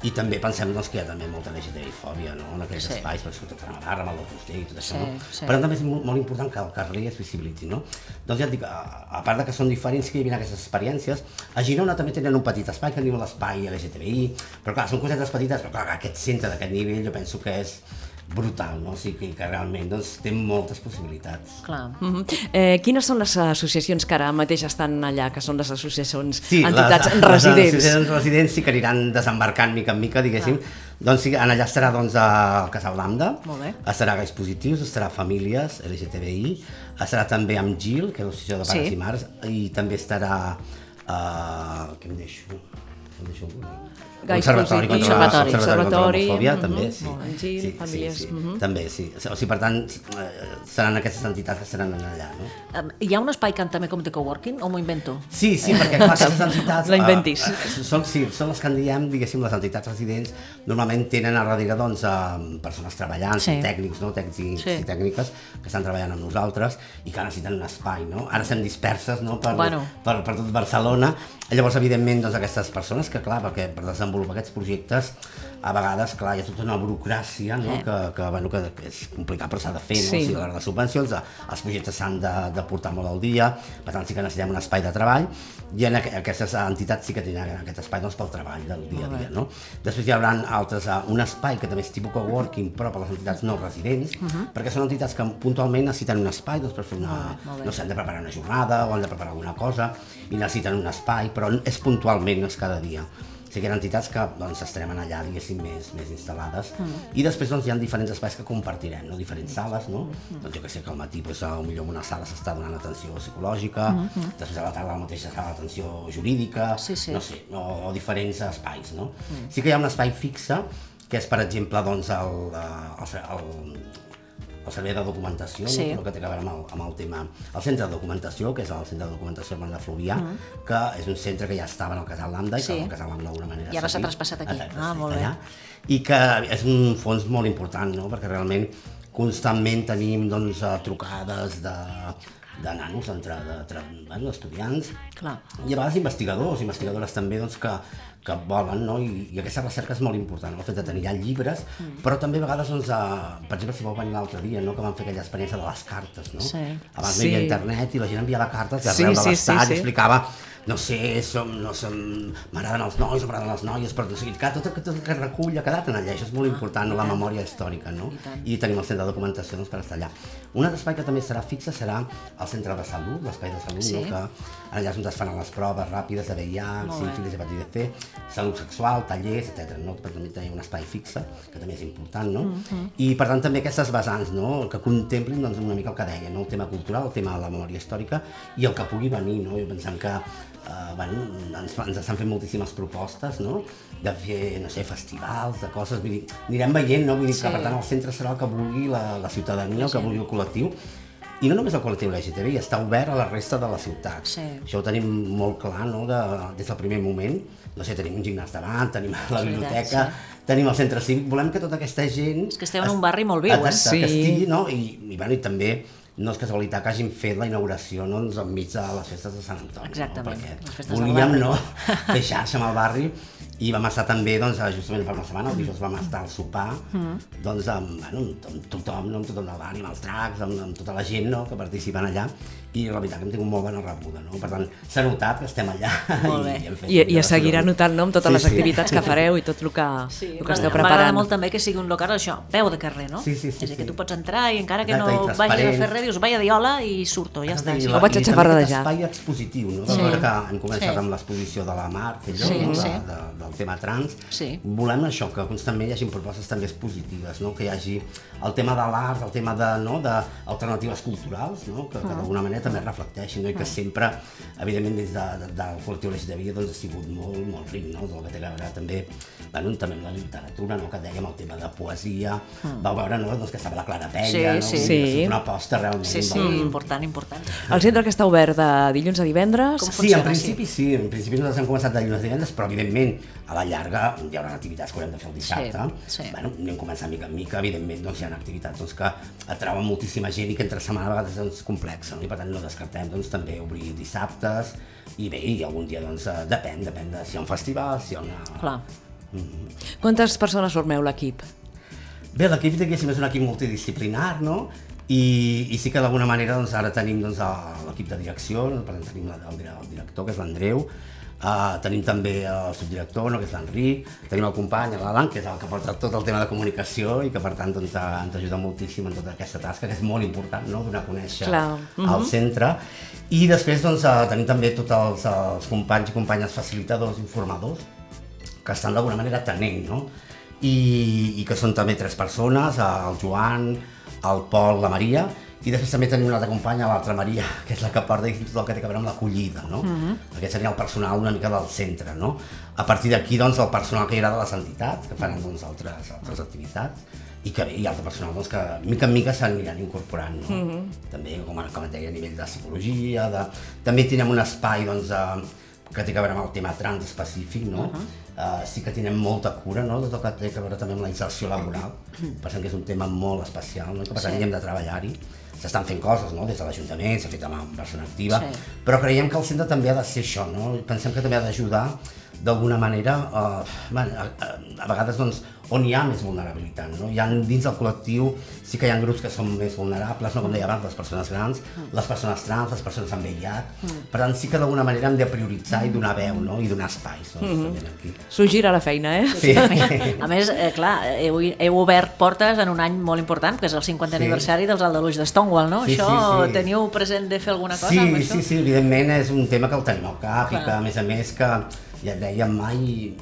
i també pensem doncs, que hi ha també molta LGTBI-fòbia no? en aquells Sí. espais, doncs, per sobretot a Navarra, amb el Opus Dei i tot això. Sí, no? sí. Per tant, també és molt, molt important que el carrer es visibilitzi. No? Doncs ja et dic, a, a part de que són diferents que hi havia aquestes experiències, a Girona també tenen un petit espai que en diuen l'espai LGTBI, però clar, són cosetes petites, però clar, aquest centre d'aquest nivell jo penso que és brutal, no? O sigui, que, que realment doncs, té moltes possibilitats. Clar. Mhm. eh, quines són les associacions que ara mateix estan allà, que són les associacions sí, entitats residents? Les associacions residents sí que aniran desembarcant mica en mica, diguéssim. Ah. Doncs sí, en allà estarà doncs, el Casal Lambda, Molt bé. estarà Gais Positius, estarà Famílies, LGTBI, estarà també amb Gil, que és l'associació de pares Sí. i mares, i també estarà... Uh, què em deixo? Em deixo alguna? Gais Observatori, Positius. contra la- Observatori. Observatori, contra Observatori, l'homofòbia, també, mhm, sí. molt bé. Gil, sí, Famílies, Sí, sí. mhm. També, sí. O sigui, per tant, eh, seran aquestes entitats que seran allà, no? Em, Hi ha un espai que també com de coworking o m'ho invento? Sí, sí, perquè clar, aquestes entitats... La inventis. eh, eh, són, sí, són les que en diem, diguéssim, les entitats residents, normalment tenen a darrere doncs, eh, persones treballant, Sí. sí. tècnics, no? tècnics Sí. i tècniques, que estan treballant amb nosaltres i que necessiten un espai, no? Ara estem disperses no? per, Bueno. per, per tot Barcelona. Llavors, evidentment, doncs, aquestes persones que, clar, perquè per desenvolupar aquests projectes a vegades, clar, hi ha tota una burocràcia no? que, que, bueno, que que és complicat però s'ha de fer, no? Sí. o sigui, a l'hora de subvencions, a- els projectes s'han de, de portar molt al dia, per tant sí que necessitem un espai de treball, i en aqu- aquestes entitats sí que tenen aquest espai doncs, pel treball del dia a dia. No? Després hi haurà altres, eh, un espai que també és tipus coworking, però per les entitats no residents, perquè són entitats que puntualment necessiten un espai doncs, per fer una... no sé, han de preparar una jornada o han de preparar alguna cosa, i necessiten un espai, però és puntualment, no és cada dia. O sigui, eren entitats que doncs, estarem allà, diguéssim, més, més instal·lades. Mm. I després doncs, hi ha diferents espais que compartirem, no? diferents sales, no? Doncs jo que sé que al matí doncs, eh, millor en una sala s'està donant atenció psicològica, després a la tarda a la mateixa sala atenció jurídica, Mm, Sí, sí. Mm. no sé, o, o diferents espais. No? Sí que hi ha un espai fixe, que és, per exemple, doncs, el, eh, el, el, el servei de documentació, Sí. no? Tot el que té a veure amb el, amb el tema. El centre de documentació, que és el centre de documentació Hermana de Fluvià, Mm. que és un centre que ja estava en el Casal Lambda i Sí. que el Casal Lambda d'alguna manera I ara s'ha servit. traspassat aquí. Exacte, Ah, sí, molt bé. allà. I que és un fons molt important, no? perquè realment constantment tenim doncs, eh, trucades de, de nanos, entre, de, de, bueno, estudiants, Clar. i a vegades investigadors, investigadores també doncs, que, que volen, no? I, i aquesta recerca és molt important, el fet de tenir ja llibres, Mm. però també a vegades, doncs, eh, per exemple, si vau venir l'altre dia, no? que vam fer aquella experiència de les cartes, no? Sí. Abans no hi havia Sí. internet i la gent enviava cartes Sí, d'arreu de sí, sí, l'estat sí. i explicava no sé, som, no som, m'agraden els nois, m'agraden les noies, però o sigui, clar, tot, el que- tot el que recull ha quedat en allà, això és Ah, molt important, no? la memòria històrica, no? I, tenim el centre de documentació doncs, per estar allà. Un altre espai que també serà fixe serà el centre de salut, l'espai de salut, Sí. no? que allà és on es fan les proves ràpides de VIH, sífilis, hepatitis C, salut sexual, tallers, etc. No? Per també tenir un espai fixe, que també és important, no? I per tant també aquestes vessants, no? Que contemplin doncs, una mica el que deia, no? El tema cultural, el tema de la memòria històrica i el que pugui venir, no? Jo pensant que eh, bueno, ens, fa- ens estan fent moltíssimes propostes, no? De fer, no sé, festivals, de coses, vull dir, anirem veient, no? Vull dir que per tant el centre serà el que vulgui la, la ciutadania, el que vulgui el col·lectiu, i no només el col·lectiu LGTBI, està obert a la resta de la ciutat. Sí. Això ho tenim molt clar no? de, des del primer moment. No sé, tenim un gimnàs davant, tenim la És veritat, biblioteca, tenim el centre cívic. Volem que tota aquesta gent... És que esteu en un barri molt viu, eh? Exacte, Sí. que estigui, no? I, i, bueno, i també no és casualitat que hagin fet la inauguració no? doncs, enmig de les festes de Sant Antoni. Exactament, No? les Perquè festes del volíem barri. no? fer xarxa amb el barri i vam estar també, doncs, eh, justament fa una setmana, el dijous vam estar al sopar, Mm. doncs, amb, bueno, amb, amb tothom, no? amb tothom del barri, amb els dracs, amb, amb tota la gent no? que participen allà, i la veritat que hem tingut molt bona rebuda, no? Per tant, s'ha notat que estem allà Molt bé. hem fet I, i millores, es seguirà no? notant no, amb totes Sí, les sí. activitats que fareu i tot el que, el que esteu M'agrada preparant. molt també que sigui un local això, peu de carrer, no? Sí, sí, sí, és a dir, que sí. tu pots entrar i encara que Exacte, i no vagis a transparent. fer res, dius, vaya diola i surto, ja està. I això. la- Ho vaig i aixafar també rodejar. aquest espai expositiu, no? Sí. que hem començat Sí. amb l'exposició de la Mar, Felló, Sí, no? de, sí. de, del tema trans. Sí. Volem això, que constantment hi hagi propostes també positives, no? que hi hagi el tema de l'art, el tema de, no? d'alternatives culturals, no? que, Mm. que d'alguna manera també reflecteixin, no? i que sempre, evidentment, des de, de, del col·lectiu LGTBI doncs, ha sigut molt, molt ric, no? del que té a veure també, bueno, també amb la literatura, no? que dèiem el tema de poesia, mm. vau veure no? doncs, que estava la Clara Sí, Pella, no? sí. Vull dir, ha sigut una aposta realment Sí, sí, del- important, important. El centre que està obert de dilluns a divendres. Com Sí, funciona, en principi sí. En principi nosaltres hem començat de dilluns a divendres, però evidentment a la llarga hi haurà activitats que haurem de fer el dissabte. Sí, sí. Bueno, anem començant mica en mica, evidentment doncs, hi ha activitats doncs, que atrauen moltíssima gent i que entre setmana a vegades és doncs, complexa. No? I per tant no descartem doncs, també obrir dissabtes i bé, i algun dia doncs, eh, depèn, depèn de si hi ha un festival, si hi ha una... Mm-hmm. Clar. Quantes persones formeu l'equip? Bé, l'equip diguéssim és un equip multidisciplinar, no? I, i sí que d'alguna manera doncs, ara tenim doncs, el- l'equip de direcció, no? per tant tenim la- el, dir- el director, que és l'Andreu, Uh, tenim també el subdirector, no, que és l'Enric, tenim el company, l'Alan, que és el que porta tot el tema de comunicació i que per tant doncs, eh, ens ajuda moltíssim en tota aquesta tasca, que és molt important, no? donar a conèixer Clar. al centre. I després doncs, eh, tenim també tots els, els companys i companyes facilitadors, informadors, que estan d'alguna manera tenint, no? I, I que són també tres persones, el Joan, el Pol, la Maria, i després també tenim una altra companya, l'altra Maria, que és la que porta diguéssim, tot el que té a veure amb l'acollida, no? Aquest seria el personal una mica del centre, no? A partir d'aquí, doncs, el personal que hi haurà de les entitats, que faran, doncs, altres, altres activitats, i que bé, hi ha altre personal doncs, que mica en mica s'aniran incorporant, no? També, com, com et deia, a nivell de psicologia, de... també tenim un espai, doncs, eh, que té a veure amb el tema trans específic, no? Uh sí que tenim molta cura, no?, de tot el que té a veure també amb la inserció laboral, pensant que és un tema molt especial, no?, que per tant hi hem de treballar-hi. S'estan fent coses, no?, des de l'Ajuntament, s'ha fet amb persona activa, Sí. però creiem que el centre també ha de ser això, no? Pensem que també ha d'ajudar d'alguna manera, eh, bueno, a, a, a vegades doncs, on hi ha més vulnerabilitat. No? Hi ha, dins del col·lectiu sí que hi ha grups que són més vulnerables, no? com deia abans, les persones grans, les persones trans, les persones amb VIH. Per tant, sí que d'alguna manera hem de prioritzar i donar veu no? i donar espais. Doncs, també aquí. Sorgir a la feina, eh? Sí. A més, eh, clar, heu, heu obert portes en un any molt important, que és el 50 Sí. aniversari dels aldaluix de Stonewall, no? Sí, això sí, sí. teniu present de fer alguna cosa sí, amb això? Sí, sí, evidentment és un tema que el tenim al cap i que a més a més que ja et dèiem mai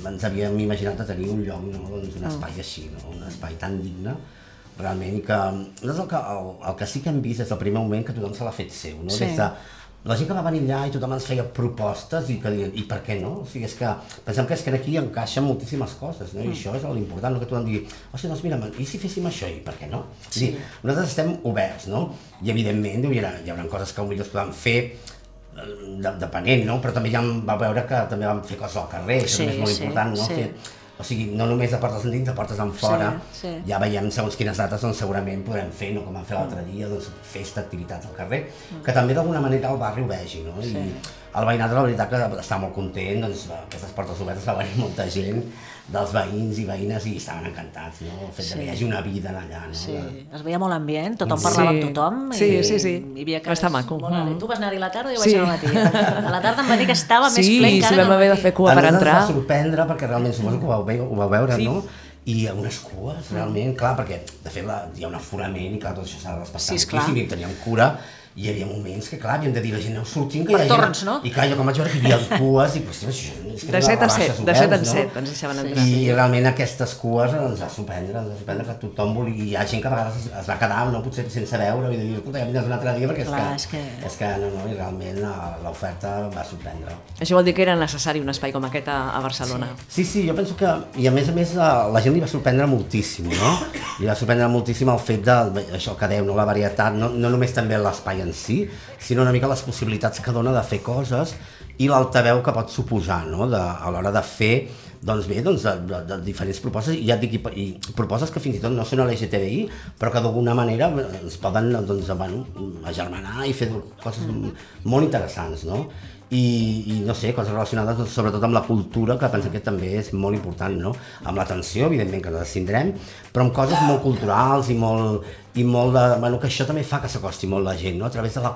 ens havíem imaginat de tenir un lloc, no? doncs un espai així, no? un espai tan digne realment i que és el que, el, el que sí que hem vist des del primer moment que tothom se l'ha fet seu, no? Sí. Des de, la gent que va venir allà i tothom ens feia propostes i que diuen, i per què no? O sigui, és que pensem que és que aquí encaixen moltíssimes coses, Mm. no? I això és l'important, no? que tothom digui, hòstia, doncs mira, i si féssim això i per què no? Sí. Dir, nosaltres estem oberts, no? I evidentment diu, hi, haurà, hi haurà coses que potser es poden fer eh, de, depenent, no? Però també ja em va veure que també vam fer coses al carrer, Sí, sí, també és molt sí, important, no? sí. Fer, o sigui, no només de portes endins, de portes en fora. Sí, sí. Ja veiem segons quines dates doncs, segurament podrem fer, no com vam fer l'altre dia, doncs, festa, activitats al carrer, que també d'alguna manera el barri ho vegi, no? I el veïnat, la veritat, que està molt content, doncs, va- aquestes portes obertes va venir molta gent dels veïns i veïnes i estaven encantats, no? El fet sí. que hi hagi una vida allà, no? Sí, De- es veia molt ambient, tothom parlava amb tothom. Sí, i, sí, sí. Hi havia cares Està maco. Mm. Molt alegres. Tu vas anar-hi a la tarda i jo Sí. vaig anar a la tia. A la tarda em va dir que estava més ple sí, encara si que vam al haver de matí. fer cua A per nosaltres entrar. ens va sorprendre perquè realment suposo que ho vau, veu- ho vau veure, no? I unes cues, realment, clar, perquè de fet la, hi ha un aforament i clar, tot això s'ha de respectar Sí, esclar. moltíssim i en teníem cura i hi havia moments que, clar, havíem de dir a la gent aneu sortint que Per hi ha torns, gent... no? I clar, jo quan vaig veure que hi havia cues i, pues, això, és que De no set en rebaixes set, de oberts, set en no? set ens deixaven entrar. I realment aquestes cues ens va sorprendre, ens va sorprendre que tothom volia, hi ha gent que a vegades es- es va quedar, no, potser sense veure, i de dir, escolta, ja vindràs un altre dia perquè Clar, és, és que, que- és que no, no, i realment eh, l'oferta va sorprendre. Això vol dir que era necessari un espai com aquest a, a Barcelona. Sí, sí, jo penso que, i a més a més, eh, la gent li va sorprendre moltíssim, no? Li va sorprendre moltíssim el fet de, bé, això que deu, no? la varietat, no, no només també l'espai en si, sinó una mica les possibilitats que dona de fer coses i l'altaveu que pot suposar, no?, de, a l'hora de fer, doncs bé, doncs de, de, de diferents propostes, i ja et dic, i, i propostes que fins i tot no són LGTBI, però que d'alguna manera eh, ens poden, doncs, bueno, agermanar i fer coses molt interessants, no? i, i no sé, coses relacionades doncs, sobretot amb la cultura, que penso que també és molt important, no? Amb l'atenció, evidentment, que nosaltres tindrem, però amb coses molt culturals i molt, i molt de... Bueno, que això també fa que s'acosti molt la gent, no? A través de la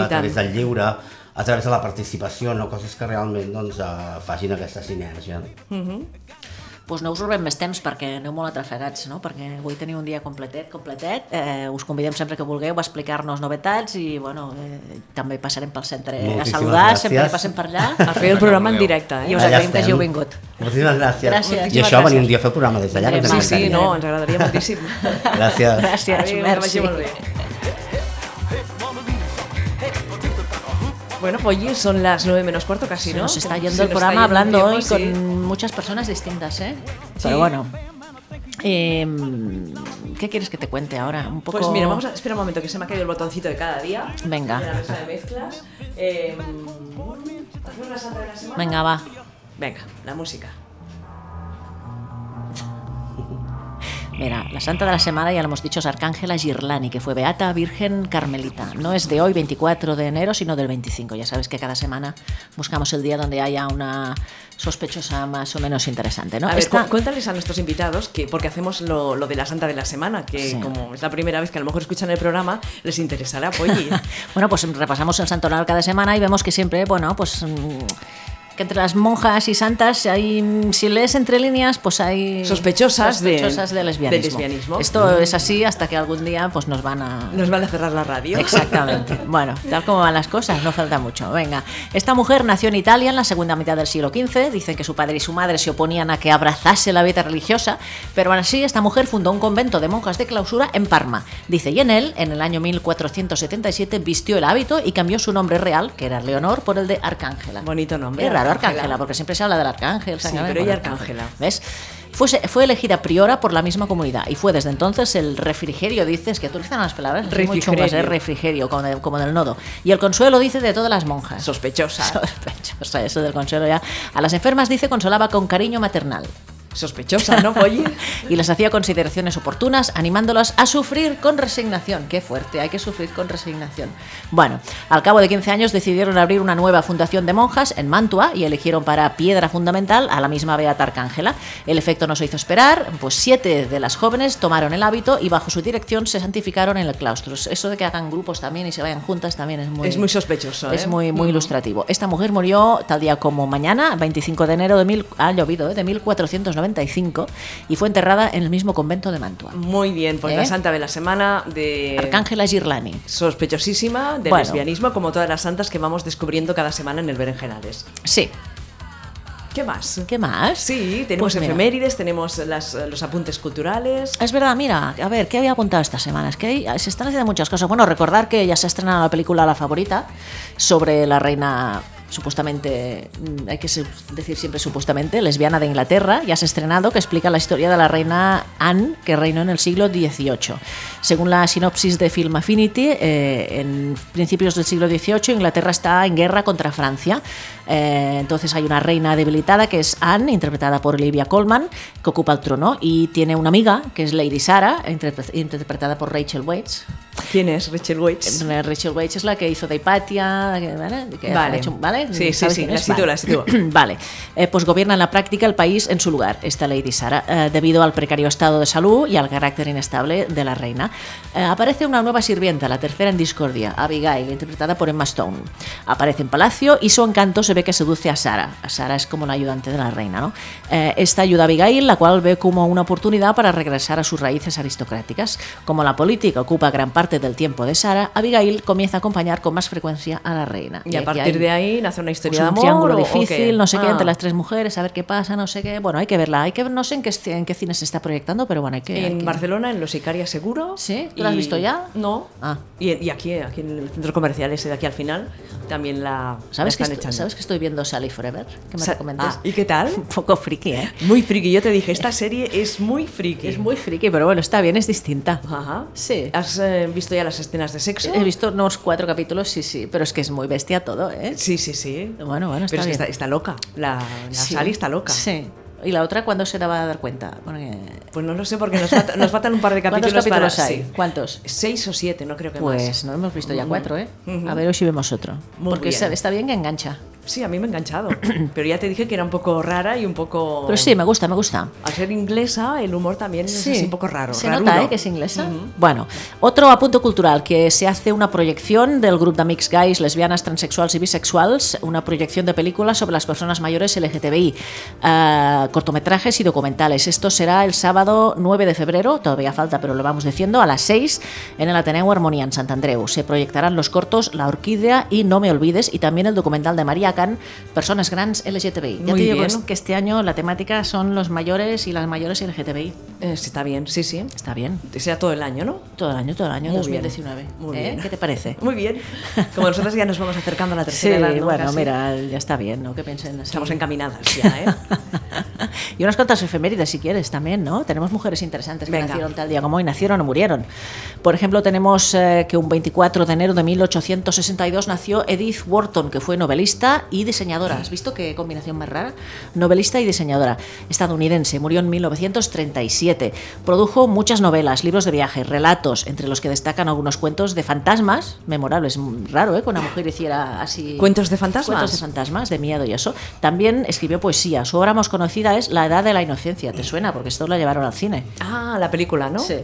I a tant. través del lliure, a través de la participació, no? Coses que realment, doncs, eh, facin aquesta sinergia. Doncs no us robem més temps perquè aneu molt atrafegats, no? Perquè avui teniu un dia completet, completet. Eh, us convidem sempre que vulgueu a explicar-nos novetats i, bueno, eh, també passarem pel centre a Moltíssimes saludar, sempre gràcies. passem per allà. A fer el programa en directe, I eh? us Allà agraïm que estem. hàgiu vingut. Moltíssimes gràcies. Gràcies. I això, venir Gràcies. un dia a fer el programa des d'allà, que ens Sí, sí, encantaria. no, ens agradaria moltíssim. Gràcies. Gràcies, Adéu, que merci. vagi molt bé. Bueno, Polly, son las 9 menos cuarto casi, ¿no? Nos está Se yendo nos el programa yendo hablando tiempo, hoy sí. con muchas personas distintas, ¿eh? Pero bueno. Em, ¿Qué quieres que te cuente ahora? Un poco... Pues mira, vamos a. Espera un momento, que se me ha caído el botoncito de cada día. Venga. De la mesa de mezclas. Eh, ¿hacemos la santa de la semana? Venga, va. Venga, la música. Mira, la santa de la semana ya lo hemos dicho es Arcángela Girlani, que fue beata virgen carmelita. No es de hoy, 24 de enero, sino del 25. Ya sabes que cada semana buscamos el día donde haya una sospechosa más o menos interesante, ¿no? a ver, Esta- cu- cuéntales a nuestros invitados que, porque hacemos lo, lo de la santa de la semana, que Sí. como es la primera vez que a lo mejor escuchan el programa, les interesará, Polly. bueno, pues repasamos el santoral cada semana y vemos que siempre, bueno, pues mm, que entre las monjas y santas hay, mm, si lees entre líneas, pues hay Sospechosas de- sospechosas de, lesbianismo. de lesbianismo. Esto es así hasta que algún día pues nos van a Nos van a cerrar la radio. Exactamente. Bueno, tal como van las cosas, no falta mucho. Venga, esta mujer nació en Italia en la segunda mitad del siglo XV. Dicen que su padre y su madre se oponían a que abrazase la vida religiosa, pero aún así esta mujer fundó un convento de monjas de clausura en Parma. Dice, y en él, en el año 1477, vistió el hábito y cambió su nombre real, que era Leonor, por el de Arcángela. Bonito nombre. Es raro Arcángela. Arcángela, porque siempre se habla del Arcángel. Sí, San Gabriel, pero ella bueno, Arcángela. ¿Ves? Fue, fue elegida priora por la misma comunidad y fue desde entonces el refrigerio, dices, que utilizan las palabras así muy chungas, ¿eh? Refrigerio. refrigerio, como, de- como del nodo. Y el consuelo, dice, de todas las monjas. Sospechosa. Sospechosa, eso del consuelo ya. A las enfermas, dice, consolaba con cariño maternal. Sospechosa, ¿no, Polly? y les hacía consideraciones oportunas, animándolas a sufrir con resignación. Qué fuerte, hay que sufrir con resignación. Bueno, al cabo de 15 años decidieron abrir una nueva fundación de monjas en Mantua y eligieron para piedra fundamental a la misma Beata Arcángela. El efecto no se hizo esperar, pues siete de las jóvenes tomaron el hábito y bajo su dirección se santificaron en el claustro. Eso de que hagan grupos también y se vayan juntas también es muy... Es muy sospechoso, Es ¿eh? muy, muy ilustrativo. Esta mujer murió tal día como mañana, 25 de enero de, mil, ha llovido, ¿eh? de 1495, y fue enterrada en el mismo convento de Mantua. Muy bien, pues ¿Eh? la santa de la semana de... Arcángela Girlani. Sospechosísima del Bueno. lesbianismo, como todas las santas que vamos descubriendo cada semana en el Berenjenales. Sí. ¿Qué más? ¿Qué más? Sí, tenemos Pues mira. efemérides, tenemos las- los apuntes culturales. Es verdad, mira, a ver, ¿qué había apuntado estas semanas? Que hay- ah, se están haciendo muchas cosas. Bueno, recordar que ya se ha estrenado la película La Favorita sobre la reina supuestamente, mm, hay que su- decir siempre supuestamente, lesbiana de Inglaterra, ya se ha estrenado, que explica la historia de la reina Anne, que reinó en el siglo XVIII. Según la sinopsis de Film Affinity, eh, en principios del siglo XVIII Inglaterra está en guerra contra Francia. Eh, entonces hay una reina debilitada que es Anne, interpretada por Olivia Colman, que ocupa el trono, y tiene una amiga que es Lady Sarah, interpre- interpretada por Rachel Waits. ¿Quién es Rachel Waits? Eh, Rachel Waits es la que hizo de Hipatia, que- ¿vale? Que Vale. ha hecho- ¿vale? Sí, sí, ¿Sabes sí, quién la es? sitúo, Vale. la sitúo. Vale, Eh, pues gobierna en la práctica el país en su lugar, esta Lady Sara, eh, debido al precario estado de salud y al carácter inestable de la reina. Eh, aparece una nueva sirvienta, la tercera en discordia, Abigail, interpretada por Emma Stone. Aparece en palacio y su encanto se ve que seduce a Sara. Sara es como la ayudante de la reina, ¿no? Eh, esta ayuda a Abigail, la cual ve como una oportunidad para regresar a sus raíces aristocráticas. Como la política ocupa gran parte del tiempo de Sara, Abigail comienza a acompañar con más frecuencia a la reina. Y a aquí partir hay- de ahí nace una pues historia de un amor. triángulo ¿o- o difícil, qué? no sé qué, Ah. entre las tres mujeres, a ver qué pasa, no sé qué. Bueno, hay que verla, hay que ver, no sé en qué, este- en qué cine se está proyectando, pero bueno, hay que. hay En que- Barcelona, en Los Icarias Seguro. ¿Sí? ¿Tú la has Y- visto ya? No. Ah. Y, y aquí, aquí en el centro comercial ese de aquí al final, también la, ¿Sabes, la que están est- echando. ¿Sabes que estoy viendo Sally Forever? Que me Sa- recomendas. Ah, ¿Y qué tal? Un poco friki, ¿eh? Muy friki. Yo te dije, esta serie es muy friki. Es muy friki, pero bueno, está bien, es distinta. Ajá. Sí. ¿Has eh, visto ya las escenas de sexo? He visto unos cuatro capítulos, sí, sí, pero es que es muy bestia todo, ¿eh? Sí, sí, sí. Bueno, Pero bueno, está es que bien. está, está loca. La, la Sí. Sally está loca. Sí. ¿Y la otra cuándo se daba a dar cuenta? Porque- Pues no lo sé porque nos, falta- nos faltan un par de capítulos ¿Cuántos capítulos para- hay? sí. ¿Cuántos? Seis o siete, no creo que Pues más. no hemos visto ya cuatro, ¿eh? Ujú. A ver hoy si vemos otro. Muy Porque bien. está- está bien que engancha. Sí, a mí me ha enganchado. Pero ya te dije que era un poco rara y un poco. Pero sí, me gusta, me gusta. Al ser inglesa, el humor también es así un poco raro. Se raruno. nota, ¿eh? Que es inglesa. Bueno, otro apunto cultural, que se hace una proyección del grupo de Mix Guys, lesbianas, transexuals y bisexuals, una proyección de películas sobre las personas mayores LGTBI, eh, cortometrajes y documentales. Esto será el sábado 9 de febrero, todavía falta, pero lo vamos diciendo, a las 6 en el Ateneo Armonía en Sant Andreu. Se proyectarán los cortos La Orquídea y No me olvides, y también el documental de María Can, Personas Grandes LGTBI. ya Muy te digo bien. ¿no? que este año la temática son los mayores y las mayores LGTBI. Eh, sí, está bien, sí, sí. Está bien. Sea todo el año, ¿no? Todo el año, todo el año, Muy 2019. bien, muy ¿Eh? bien. ¿Qué te parece? Muy bien. Como nosotras ya nos vamos acercando a la Sí, tercera edad, ¿no? bueno, Casi. mira, ya está bien, ¿no? Que piensen así. Estamos encaminadas ya, ¿eh? y unas cuantas efemérides, si quieres, también, ¿no? Tenemos mujeres interesantes que Venga. nacieron tal día como hoy, nacieron o murieron. Por ejemplo, tenemos eh, que un 24 de enero de 1862 nació Edith Wharton, que fue novelista y diseñadora. ¿Has visto qué combinación más rara? Novelista y diseñadora estadounidense. Murió en 1937. Produjo muchas novelas, libros de viaje, relatos, entre los que destacan algunos cuentos de fantasmas memorables. Mm, Raro, ¿eh? Que una mujer hiciera así. ¿Cuentos de fantasmas? Cuentos de fantasmas, de miedo y eso. También escribió poesía. Su obra más conocida es La Edad de la Inocencia. ¿Te suena? Porque esto la llevaron al cine. Ah, la película, ¿no? Sí.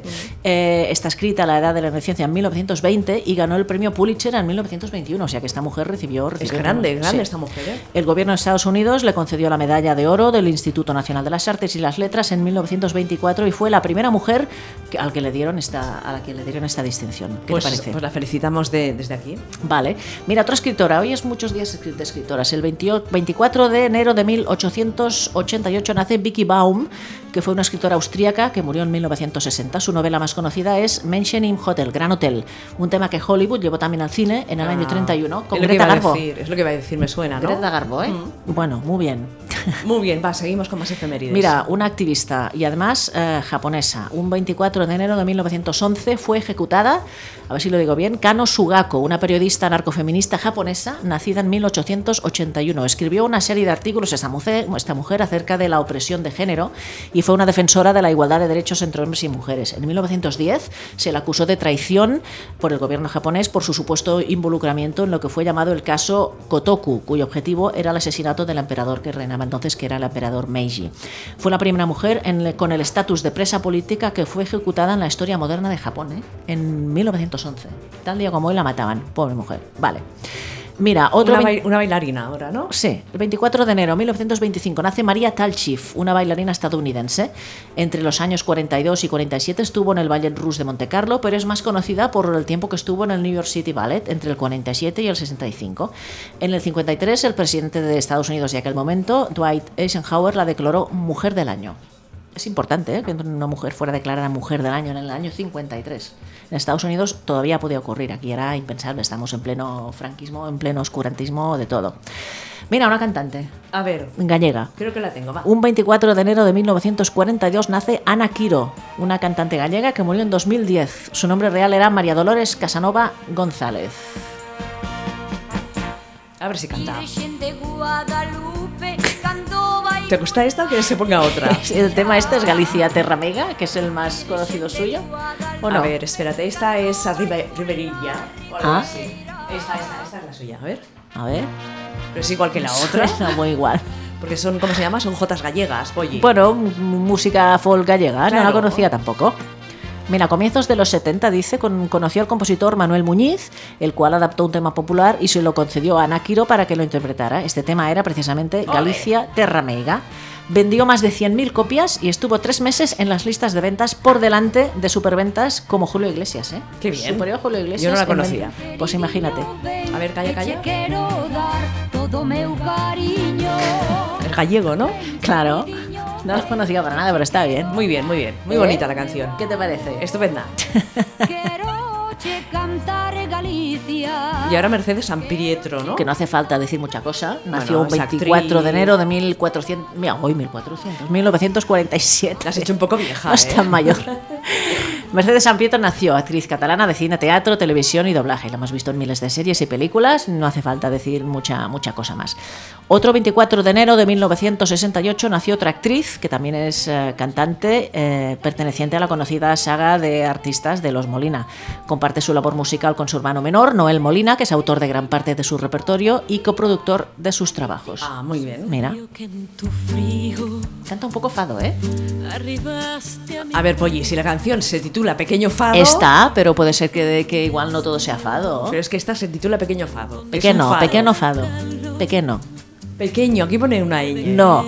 Eh, está escrita a la edad de la inocencia en 1920 y ganó el premio Pulitzer en 1921. O sea que esta mujer recibió. Es recibió un- grande, sí. grande esta mujer, ¿eh? El gobierno de Estados Unidos le concedió la medalla de oro del Instituto Nacional de las Artes y las Letras en 1924 y fue la primera mujer que- al que le dieron esta, a la que le dieron esta distinción. ¿Qué pues, te parece? pues la felicitamos de- desde aquí. Vale. Mira, otra escritora. Hoy es muchos días escri- de escritoras. El 28 24 de enero de 1888 nace Vicky Baum, que fue una escritora austríaca que murió en 1960. Su novela más conocida es Mentioning Hotel, Gran Hotel, un tema que Hollywood llevó también al cine en el año Ah, 31 con es lo que Greta iba a Garbo. decir, es lo que iba a decir, me suena, ¿no? Mm. Greta Garbo, ¿eh? Bueno, muy bien. Muy bien, va, seguimos con más efemérides. Mira, una activista y además eh, japonesa, un 24 de enero de 1911 fue ejecutada, a ver si lo digo bien, Kano Sugako, una periodista anarcofeminista japonesa nacida en 1881. Escribió una serie de artículos esta mujer, esta mujer acerca de la opresión de género y fue una defensora de la igualdad de derechos entre hombres y mujeres. En 1910 se la acusó de traición por el gobierno japonés por su supuesto involucramiento en lo que fue llamado el caso Kotoku, cuyo objetivo era el asesinato del emperador que reinaba entonces, que era el emperador Meiji. Fue la primera mujer en le- con el estatus de presa política que fue ejecutada en la historia moderna de Japón, ¿eh? en 1911. Tal día como hoy la mataban, pobre mujer. Vale. Mira, otro... una, vein- bai- una bailarina ahora, ¿no? Sí, el 24 de enero de 1925 nace María Talchif, una bailarina estadounidense. Entre los años 42 y 47 estuvo en el Ballet Russe de Monte Carlo, pero es más conocida por el tiempo que estuvo en el New York City Ballet entre el 47 y el 65. En el 53, el presidente de Estados Unidos de aquel momento, Dwight Eisenhower, la declaró Mujer del Año. Es importante ¿eh? que una mujer fuera declarada mujer del año en el año 53. En Estados Unidos todavía podía ocurrir, aquí era impensable, estamos en pleno franquismo, en pleno oscurantismo, de todo. Mira, una cantante A ver, gallega. creo que la tengo, va. Un 24 de enero de 1942 nace Ana Quiro, una cantante gallega que murió en 2010. Su nombre real era María Dolores Casanova González. A ver si canta. Virgen de Guadalupe, cantó ¿Te gusta esta o quieres que ponga otra? El tema este es Galicia Terramega, que es el más conocido suyo. ¿O no? A ver, espérate, esta es a Ribe- Riverilla. o algo Ah. así. Esta, esta, esta es la suya, a ver. A ver. Pero es igual que la otra. Suena muy igual. Porque son, ¿cómo se llama? Son jotas gallegas, oye. Bueno, m- música folk gallega, no la Claro. conocía tampoco. Mira, a comienzos de los 70, dice, con- conoció al compositor Manuel Muñiz, el cual adaptó un tema popular y se lo concedió a Ana Quiro para que lo interpretara. Este tema era precisamente Galicia Terra Meiga. Vendió más de 100.000 copias y estuvo tres meses en las listas de ventas por delante de superventas como Julio Iglesias. ¿eh? Qué bien. Superior a Julio Iglesias. Yo no la en conocía. venta. Pues imagínate. A ver, calla, calla. Quiero dar todo meu cariño. Es gallego, ¿no? Claro. No los conocía para nada, pero está bien. Muy bien, muy bien. Muy ¿Eh? bonita la canción. ¿Qué te parece? Estupenda. Quiero che cantar Galicia. Y ahora Mercedes San Pietro, ¿no? que no hace falta decir mucha cosa. Nació Bueno, un es 24 de actriz. enero de 1400, mira, hoy 1400, 1947. La has hecho un poco vieja, No es ¿eh? tan mayor. Mercedes San Pietro nació actriz catalana de cine, teatro, televisión y doblaje. La hemos visto en miles de series y películas. No hace falta decir mucha, mucha cosa más. Otro 24 de enero de 1968 nació otra actriz que también es eh, cantante, eh, perteneciente a la conocida saga de artistas de Los Molina. Comparte su labor musical con su hermano menor, Noel Molina, que es autor de gran parte de su repertorio y coproductor de sus trabajos. Ah, muy bien. Mira, canta un poco fado, ¿eh? A ver, Polly, si la canción se titula Pequeño Fado. Está, pero puede ser que, que igual no todo sea fado. Pero es que esta se titula Pequeño Fado. Es un Pequeño, fado. pequeño fado. Pequeño. Pequeño, aquí pone una ñ. No.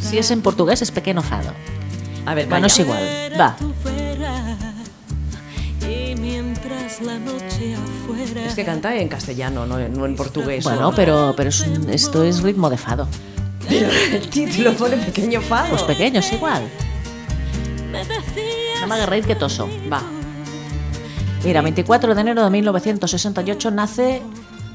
Si es en portugués es pequeño fado. A ver, calla. Bueno, es igual. Va. Es que canta en castellano, no, en- no en portugués. Bueno, ¿no? pero, pero es un- esto es ritmo de fado. El título pone Pequeño Fado. Pues pequeño, es igual. No me hagas reír que toso. Va. Mira, 24 de enero de 1968 nace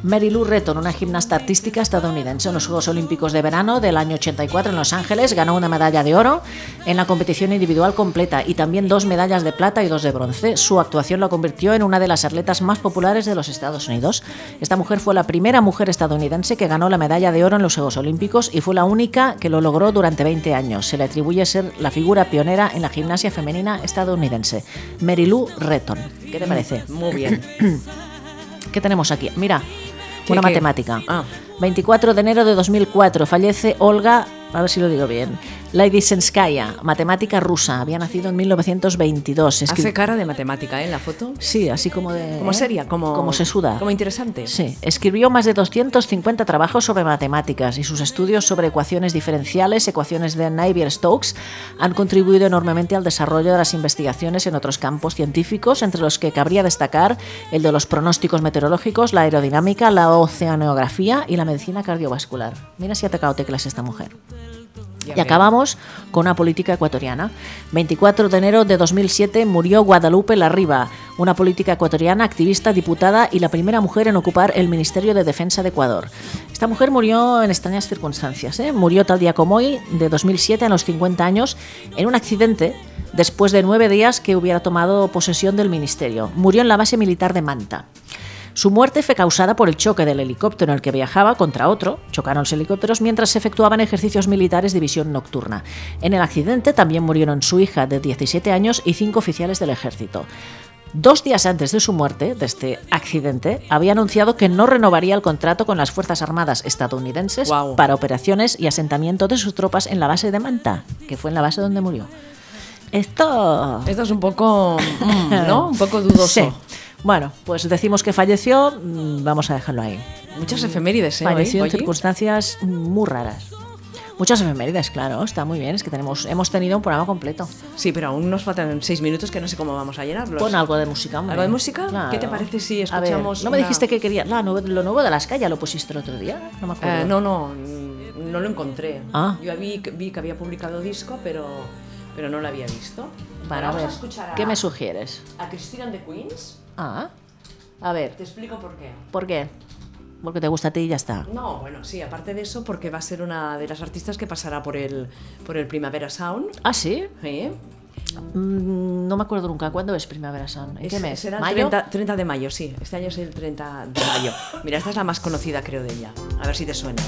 Mary Lou Retton, una gimnasta artística estadounidense. En los Juegos Olímpicos de Verano del año 84 en Los Ángeles ganó una medalla de oro en la competición individual completa y también dos medallas de plata y dos de bronce. Su actuación la convirtió en una de las atletas más populares de los Estados Unidos. Esta mujer fue la primera mujer estadounidense que ganó la medalla de oro en los Juegos Olímpicos y fue la única que lo logró durante 20 años. Se le atribuye ser la figura pionera en la gimnasia femenina estadounidense. Mary Lou Retton. ¿Qué te parece? Muy bien. ¿Qué tenemos aquí? Mira, ¿Qué, una qué? matemática. Ah. 24 de enero de 2004 fallece Olga, a ver si lo digo bien, Lysenskaya, matemática rusa. Había nacido en 1922. Escri- Hace cara de matemática, ¿eh? En la foto. Sí, así como de... Como ¿eh? seria, como. Como sesuda. Como interesante. Sí, escribió más de 250 trabajos sobre matemáticas y sus estudios sobre ecuaciones diferenciales, ecuaciones de Navier-Stokes, han contribuido enormemente al desarrollo de las investigaciones en otros campos científicos, entre los que cabría destacar el de los pronósticos meteorológicos, la aerodinámica, la oceanografía y la medicina cardiovascular. Mira si ha tocado teclas esta mujer. Y acabamos con una política ecuatoriana. 24 de enero de 2007 murió Guadalupe Larriba, una política ecuatoriana, activista, diputada y la primera mujer en ocupar el Ministerio de Defensa de Ecuador. Esta mujer murió en extrañas circunstancias. ¿eh? Murió tal día como hoy, de 2007 a los 50 años, en un accidente después de nueve días que hubiera tomado posesión del ministerio. Murió en la base militar de Manta. Su muerte fue causada por el choque del helicóptero en el que viajaba contra otro. Chocaron los helicópteros mientras se efectuaban ejercicios militares de visión nocturna. En el accidente también murieron su hija de 17 años y cinco oficiales del ejército. Dos días antes de su muerte, de este accidente, había anunciado que no renovaría el contrato con las Fuerzas Armadas estadounidenses Guau. para operaciones y asentamiento de sus tropas en la base de Manta, que fue en la base donde murió. Esto Esto es un poco, mm, ¿no? Un poco dudoso. Sí. Bueno, pues decimos que falleció, mm, vamos a dejarlo ahí. Muchas efemérides, ¿eh? hoy, falleció en oye. circunstancias muy raras. Muchas efemérides, claro, está muy bien, es que tenemos, hemos tenido un programa completo. Sí, pero aún nos faltan seis minutos que no sé cómo vamos a llenarlos. Pon algo de música, hombre. ¿Algo de música? Claro. ¿Qué te parece si A ver, escuchamos no me una- dijiste que quería... la nuevo- lo nuevo de las calles lo pusiste el otro día, no me acuerdo. Eh, no, no, mm, no lo encontré. Ah. Yo vi, que- vi que había publicado disco, pero, pero no lo había visto. Bueno, Ahora a vamos ver, a escuchar a, ¿qué me sugieres? a Christina de Queens. Ah, a ver, Te explico por qué. ¿por qué? Porque te gusta a ti y ya está. No, bueno, sí, aparte de eso, porque va a ser una de las artistas que pasará por el, por el Primavera Sound. ¿Ah, sí? ¿eh? Mm, no me acuerdo nunca, ¿cuándo es Primavera Sun? ¿En qué Es- mes? Será el ¿Mayo? 30, 30 de mayo, sí. Este año es el 30 de mayo. Mira, esta es la más conocida, creo, de ella. A ver si te suena.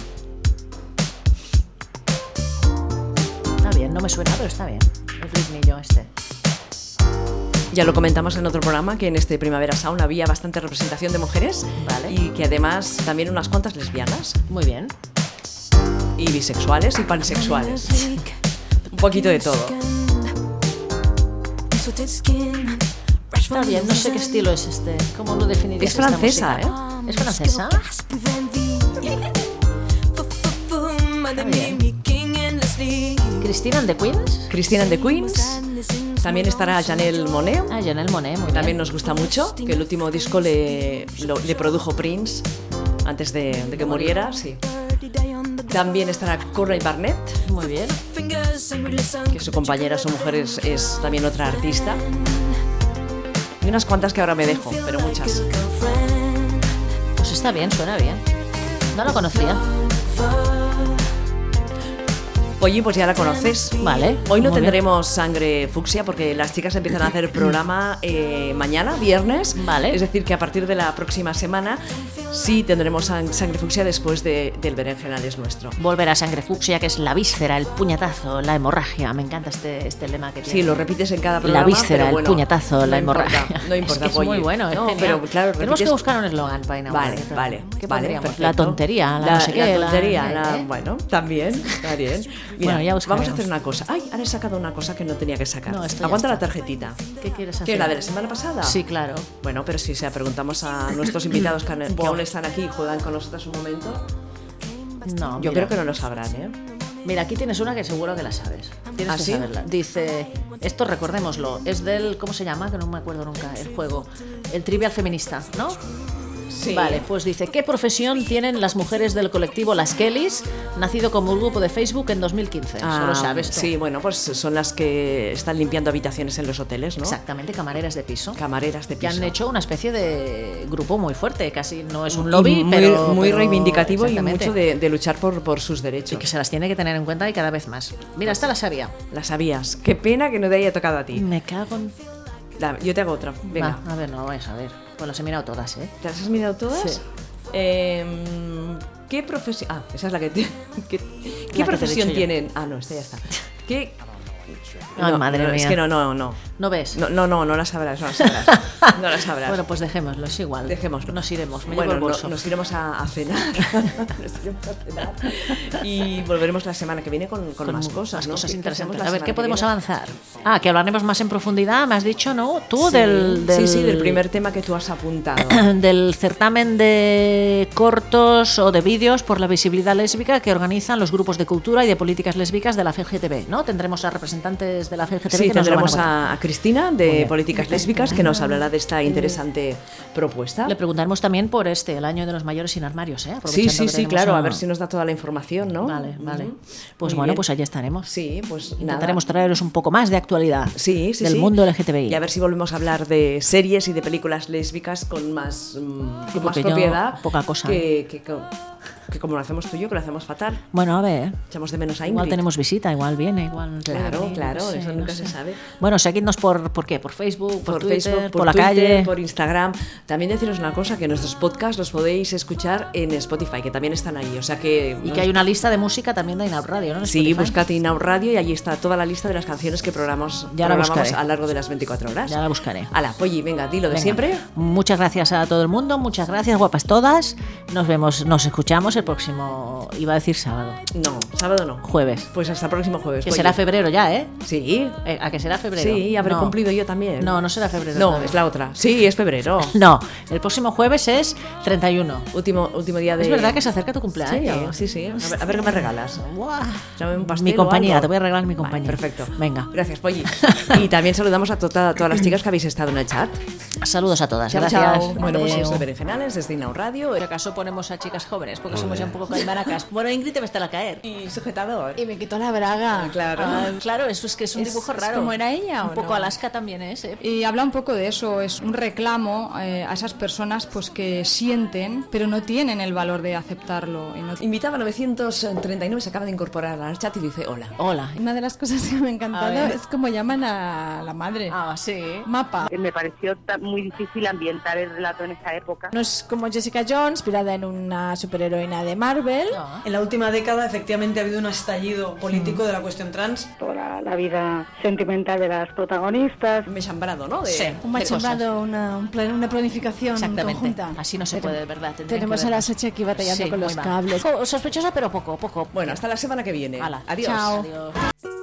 Está bien, no me suena, pero está bien. El ritmillo este. Ya lo comentamos en otro programa que en este Primavera Sound había bastante representación de mujeres Vale. y que además también unas cuantas lesbianas Muy bien. y bisexuales y pansexuales. Un poquito de todo. Está bien, no sé qué estilo es este. ¿Cómo lo definirías? Es esta francesa, ¿eh? música? Ah, ¿Es francesa? Está bien. ¿Cristina and the Queens? Christina and the Queens. También estará Janelle Monet. Ah, Janelle Monet, muy que también bien. nos gusta mucho, que el último disco le, lo- le produjo Prince antes de, de que muriera, sí. También estará Courtney Barnett, Muy bien. que su compañera, su mujer, es, es también otra artista. Y unas cuantas que ahora me dejo, pero muchas. Pues está bien, suena bien. No la conocía. Oye, pues ya la conoces. Vale, Hoy no muy bien. tendremos sangre fucsia porque las chicas empiezan a hacer programa eh, mañana, viernes. Vale. Es decir, que a partir de la próxima semana sí tendremos sang- sangre fucsia después de, del berenjenales nuestro. Volver a sangre fucsia, que es la víscera, el puñetazo, la hemorragia. Me encanta este, este lema que tiene. Sí, lo repites en cada La programa. víscera, pero el bueno, puñetazo, la no importa, hemorragia. no importa, pues, es, que es muy oye. bueno, es No, genial. pero claro, Tenemos que repites- buscar un eslogan para inaugurar Vale, el programa. vale, ¿Qué vale, pondríamos? pues La perfecto. tontería, la, no sé qué, la tontería, la- ¿eh? bueno, también, está bien. Mira, Bueno, ya buscaremos. vamos a hacer una cosa. Ay, ahora he sacado una cosa que no tenía que sacar. No, esto ya Aguanta está. la tarjetita. ¿Qué quieres hacer? ¿Qué, la de la semana pasada? Sí, claro. Bueno, pero si se la preguntamos a nuestros invitados que, que aún están aquí y juegan con nosotros un momento, No, yo mira. creo que no lo sabrán, ¿eh? Mira, aquí tienes una que seguro que la sabes. Tienes ¿Ah, que sí? saberla. Dice, esto recordémoslo, es del, ¿cómo se llama? Que no me acuerdo nunca, el juego. El trivial feminista, ¿no? Sí. Vale, pues dice, ¿qué profesión tienen las mujeres del colectivo Las Kellys, nacido como un grupo de Facebook en 2015? Ah, Solo sabes tú. Sí, bueno, pues son las que están limpiando habitaciones en los hoteles, ¿no? Exactamente, camareras de piso. Camareras de que piso. han hecho una especie de grupo muy fuerte, casi no es un Y lobby, muy, pero muy pero- reivindicativo y exactamente. mucho de, de luchar por, por sus derechos. Y que se las tiene que tener en cuenta y cada vez más. Mira, esta la sabía. La sabías. Qué pena que no te haya tocado a ti. Me cago en Da- yo te hago otra. Venga. Mm. Va, a ver, no lo vais a ver. Pues las he mirado todas, ¿eh? ¿Te las has mirado todas? Sí. Em, ¿Qué profesión? Ah, esa es la que. te- que- ¿Qué te he dicho profesión yo. tienen? Ah, no, esta ya está. ¿Qué? Ay, madre no, Es mía. que no, no, no. ¿No ves? No, no, no, no la sabrás, no la sabrás. No la sabrás. Bueno, pues dejémoslo, es igual. Dejémoslo. Nos iremos, me bueno, llevo el bolso. no- nos iremos a, a cenar. Nos iremos a cenar. Y volveremos la semana que viene con, con Con más cosas. ¿no? cosas ¿Qué- qué hacemos interesantes. la A ver, semana ¿qué que podemos viene? avanzar? Ah, que hablaremos más en profundidad, me has dicho, ¿no? Tú Sí. del, Sí, del- sí, del primer tema que tú has apuntado. del certamen de cortos o de vídeos por la visibilidad lésbica que organizan los grupos de cultura y de políticas lésbicas de la FGTB, ¿no? Tendremos a representantes de la FGTB Sí, que nos lo van a tendremos contar. a, a Cristina de bien. Políticas Lésbicas que nos hablará de esta interesante propuesta. Le preguntaremos también por este, el año de los mayores sin armarios, ¿eh? Sí, Aprovechando sí, que sí, tenemos claro, a ver si nos da toda la información, ¿no? Vale, Oh, Ujú. vale. Pues Muy bueno, bien. pues allí estaremos. Sí, pues nada. Intentaremos traeros un poco más de actualidad Sí, sí, del sí. mundo LGTBI. Y a ver si volvemos a hablar de series y de películas lésbicas con más, mm, con más porque yo propiedad. poca cosa. ¿eh? Que, que co- que como lo hacemos tú y yo, que lo hacemos fatal. Bueno, a ver. Echamos de menos a Ingrid. Igual tenemos visita, igual viene, igual. puede Claro, venir, claro, eso nunca se sabe. Bueno, seguidnos por, por qué, por Facebook, por, por Twitter, Facebook, por, la Twitter, calle. por Instagram. También deciros una cosa, que nuestros podcasts los podéis escuchar en Spotify, que también están ahí. O sea que... Y no- que hay una lista de música también de Inaud Radio, ¿no? En Sí, Spotify. buscate Inau Radio y allí está toda la lista de las canciones que programamos, Ya la programamos buscaré. a lo largo de las 24 horas. Ya la buscaré. A la Polly, venga, dilo de Venga. siempre. Muchas gracias a todo el mundo, muchas gracias, guapas todas. Nos vemos, nos escuchamos el próximo, iba a decir sábado, No, sábado no. jueves. Pues hasta el próximo jueves. Que Polly. será febrero ya, ¿eh? Sí, Eh, ¿A que será febrero? sí, habré No. cumplido yo también. No, no será febrero. No, otra vez. es la otra. Sí, es febrero. No, el próximo jueves es 31. último, último día de... Es verdad que se acerca tu cumpleaños. Sí, sí, sí. A ver, a ver qué me regalas. Buah. Tráeme un pastel Mi o compañía, algo. te voy a arreglar mi Vale, compañía. perfecto. Venga. Gracias, Polly. Y también saludamos a, tota- a todas las chicas que habéis estado en el chat. Saludos a todas. Chao, gracias. chao. Bueno, pues Adeu. eso de Berenjenales, desde Inau Radio. Si acaso ponemos a chicas jóvenes, porque somos ya un poco caimaracas. Bueno, Ingrid te va a estar a caer. Y sujetador. Y me quitó la braga. Claro. Ah, claro, eso es que es un dibujo es raro. como era ella, ¿o Un poco no? Alaska también es, ¿eh? Y habla un poco de eso, es un reclamo eh, a esas personas pues que sienten, pero no tienen el valor de aceptarlo. y no- Invitaba 939, se acaba de incorporar al chat y dice hola. Hola. Una de las cosas que me ha A encantado ver. es como llaman a la madre. Ah, sí. Mapa. Me pareció ta- muy difícil ambientar el relato en esa época. No es como Jessica Jones, inspirada en una superheroína de Marvel. Ah, En la última década, efectivamente, ha habido un estallido político de la cuestión trans. Toda la vida sentimental de las protagonistas. Me he chambrado, ¿no? De- Sí. Un pues, Qué cosas. machembrado, una, un plan- una planificación Exactamente. conjunta. Así no se puede, de verdad. tendrían Tenemos que a la vernos. Sachi aquí batallando Sí, con los muy mal. cables. Poco- Sospechosa, pero poco, poco. Bueno, hasta la semana que viene. Hala. Adiós. Chao. Adiós.